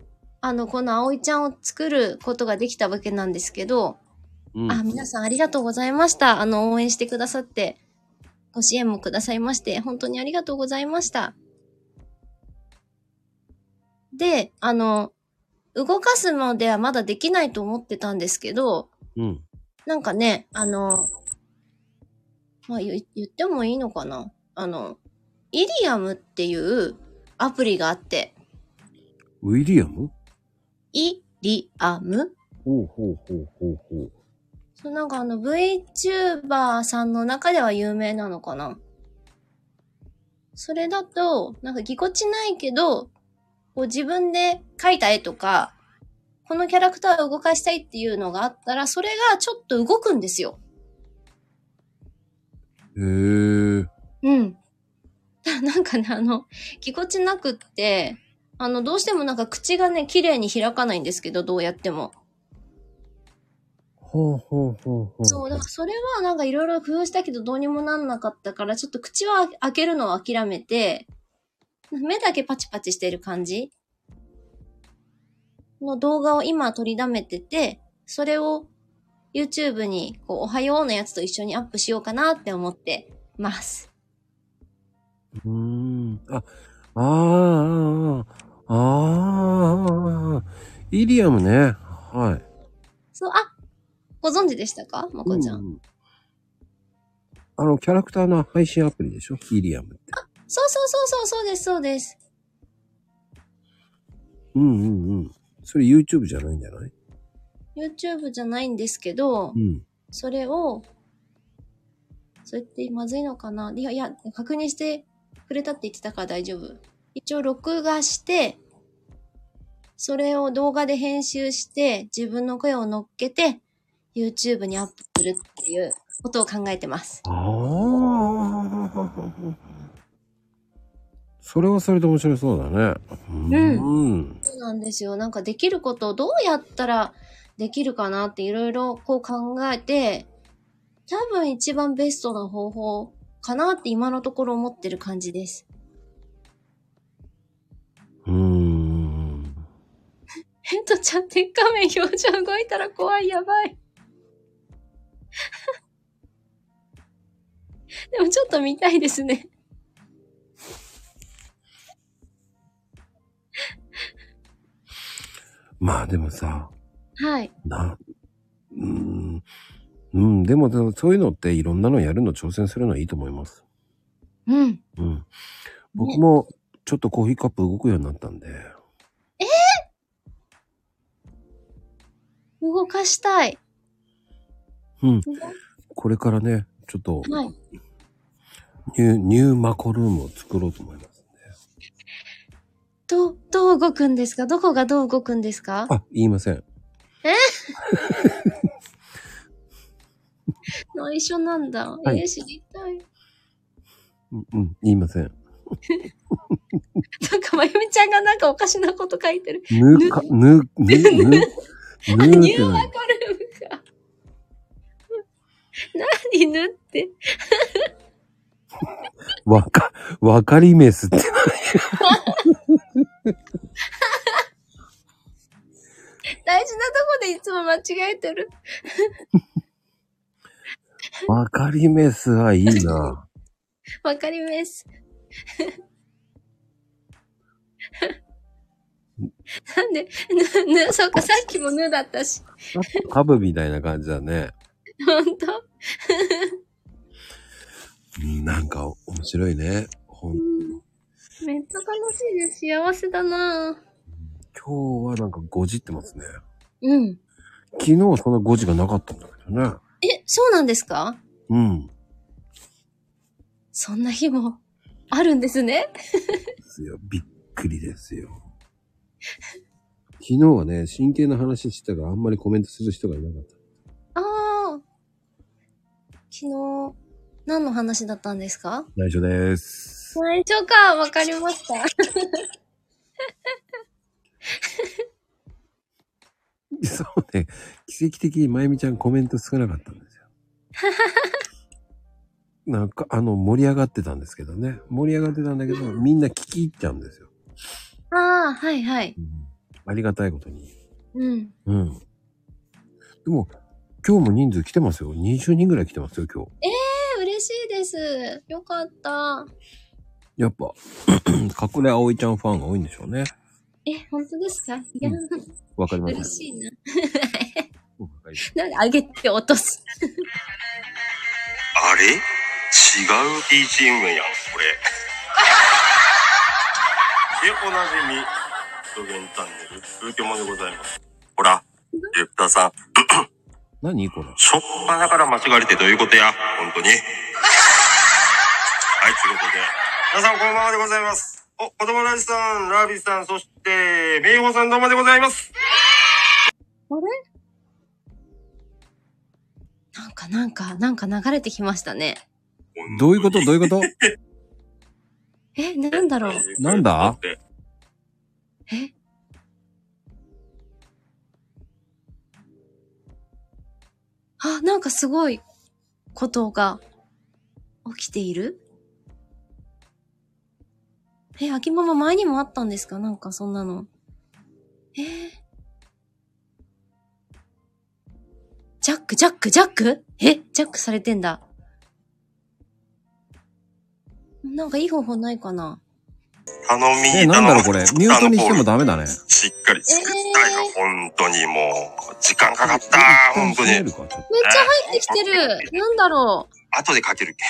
[SPEAKER 4] あの、この葵ちゃんを作ることができたわけなんですけど、
[SPEAKER 1] うん。
[SPEAKER 4] あ、皆さんありがとうございました。あの、応援してくださって、ご支援もくださいまして、本当にありがとうございました。で、あの、動かすのではまだできないと思ってたんですけど、
[SPEAKER 1] うん。
[SPEAKER 4] なんかね、あの、まあ言言ってもいいのかなあの、イリアムっていうアプリがあって、
[SPEAKER 1] ウィリアム
[SPEAKER 4] イリアム
[SPEAKER 1] ほうほうほうほうほう。
[SPEAKER 4] そうなんかあの VTuber さんの中では有名なのかなそれだと、なんかぎこちないけど、こう自分で描いた絵とか、このキャラクターを動かしたいっていうのがあったら、それがちょっと動くんですよ。
[SPEAKER 1] へえ。
[SPEAKER 4] うん。だなんかね、あの、ぎこちなくって、あの、どうしてもなんか口がね、綺麗に開かないんですけど、どうやっても。
[SPEAKER 1] ほうほうほうほう。
[SPEAKER 4] そう、だからそれはなんかいろいろ工夫したけどどうにもなんなかったから、ちょっと口は開けるのを諦めて、目だけパチパチしてる感じの動画を今取りだめてて、それを YouTube にこうおはようのやつと一緒にアップしようかなって思ってます。
[SPEAKER 1] うーん。あ、ああ、ああ、ああ、イリアムね。はい。
[SPEAKER 4] そう、あ、ご存知でしたかまこちゃん。
[SPEAKER 1] うあの、キャラクターの配信アプリでしょイリアムって。
[SPEAKER 4] そうそうそうそう、そうです、そうです。
[SPEAKER 1] うんうんうん。それ YouTube じゃないんじゃない
[SPEAKER 4] YouTube じゃないんですけど
[SPEAKER 1] う、ん。
[SPEAKER 4] それを、それってまずいのかないや、いや、確認してくれたって言ってたから大丈夫。一応録画して、それを動画で編集して、自分の声を乗っけて、YouTube にアップするっていうことを考えてます。
[SPEAKER 1] ああ。それはそれで面白そうだね。
[SPEAKER 4] うん
[SPEAKER 1] うん。
[SPEAKER 4] そうなんですよ。なんかできることをどうやったらできるかなっていろいろこう考えて、多分一番ベストな方法かなって今のところ思ってる感じです。
[SPEAKER 1] うーん。
[SPEAKER 4] ペントちゃん、鉄仮面表情動いたら怖い、やばい。 でもちょっと見たいですね。
[SPEAKER 1] まあでもさ、
[SPEAKER 4] はい。
[SPEAKER 1] な、うーん、うん、でもでもそういうのっていろんなのやるの挑戦するのはいいと思います。
[SPEAKER 4] うん。
[SPEAKER 1] うん。僕もちょっとコーヒーカップ動くようになったんで、
[SPEAKER 4] 動かしたい。
[SPEAKER 1] うん。これからね、ちょっと
[SPEAKER 4] はい。
[SPEAKER 1] ニュー、ニューマコルームを作ろうと思いますんで。
[SPEAKER 4] ど、どう動くんですかどこがどう動くんですか
[SPEAKER 1] あ、言いません。
[SPEAKER 4] 内緒なんだ。
[SPEAKER 1] はい
[SPEAKER 4] えー、知りたい。
[SPEAKER 1] うん、うん、言いません。
[SPEAKER 4] なんか、まゆみちゃんがなんかおかしなこと書いてる。
[SPEAKER 1] ぬか、ぬ、ぬ、ぬ、 ぬっ
[SPEAKER 4] ニュ
[SPEAKER 1] て
[SPEAKER 4] ーマ
[SPEAKER 1] 何
[SPEAKER 4] コルームか。 何縫って。
[SPEAKER 1] わか、わかりメスって何
[SPEAKER 4] 大事なとこでいつも間違えてる。
[SPEAKER 1] わかりメスはいいな。
[SPEAKER 4] わかります。なんで、ぬ、ぬ、そうか、さっきもぬだったし。
[SPEAKER 1] ハブみたいな感じだね。
[SPEAKER 4] ほんと
[SPEAKER 1] うんなんか面白いね。ほん
[SPEAKER 4] めっちゃ楽しいです。幸せだなぁ。
[SPEAKER 1] 今日はなんか5時ってますね。
[SPEAKER 4] うん。
[SPEAKER 1] 昨日はそんな5時がなかったんだけどね。
[SPEAKER 4] え、そうなんですか
[SPEAKER 1] うん。で
[SPEAKER 4] そんな日もあるんですね。
[SPEAKER 1] すよ。びっくりです よ。昨日はね、真剣な話してたからあんまりコメントする人がいなかった。
[SPEAKER 4] ああ。昨日、何の話だったんですか
[SPEAKER 1] 内緒です。
[SPEAKER 4] 最初か、わかりました。
[SPEAKER 1] そうね。奇跡的にまゆみちゃんコメント少なかったん ですよ。なんか、あの、盛り上がってたんですけどね。盛り上がってたんだけど、みんな聞き入っちゃうんですよ。
[SPEAKER 4] ああ、はいはい。
[SPEAKER 1] ありがたいことに。
[SPEAKER 4] うん。
[SPEAKER 1] うん。でも、今日も人数来てますよ。20人ぐらい来てますよ、今日。
[SPEAKER 4] え、嬉しいです。よかった。
[SPEAKER 1] やっぱ、 隠れ葵ちゃんファンが多いんでしょうね。
[SPEAKER 4] え、本当ですかいや、
[SPEAKER 1] わかりま
[SPEAKER 4] 嬉
[SPEAKER 1] す。
[SPEAKER 4] しい
[SPEAKER 1] わ
[SPEAKER 4] な。
[SPEAKER 1] かります
[SPEAKER 4] なんで上げて落とす。
[SPEAKER 5] あれ違う BGM やん、これ。で、おなじみ、ドゲンチャンネル、風景もでございます。ほら、ディレクターさん、
[SPEAKER 1] 何これ。
[SPEAKER 5] しょっぱなから間違われてどういうことや、本当に。はい、ということで、皆さんこんばんはでございます。お、子供ラジさん、ラビさん、そして、メイホさんどうもでございます。
[SPEAKER 4] あれなんかなんか、なんか流れてきましたね。
[SPEAKER 1] どういうことどういうこと
[SPEAKER 4] え、なんだろう
[SPEAKER 1] なんだ
[SPEAKER 4] えあ、なんかすごいことが起きているえ、秋ママ前にもあったんですかなんかそんなの。えージャック、ジャック、ジャックえジャックされてんだ。なんかいい方法ないかな
[SPEAKER 5] 頼み
[SPEAKER 1] え、 なんだろうこれ。ミュートにしてもダメだね。
[SPEAKER 5] しっかり作ったよ、本当にもう。時間かかった、本当
[SPEAKER 1] 一旦閉める
[SPEAKER 5] に。
[SPEAKER 1] かちょっと
[SPEAKER 4] めっちゃ入ってきてる。なんだろ
[SPEAKER 5] 後でかけるけ。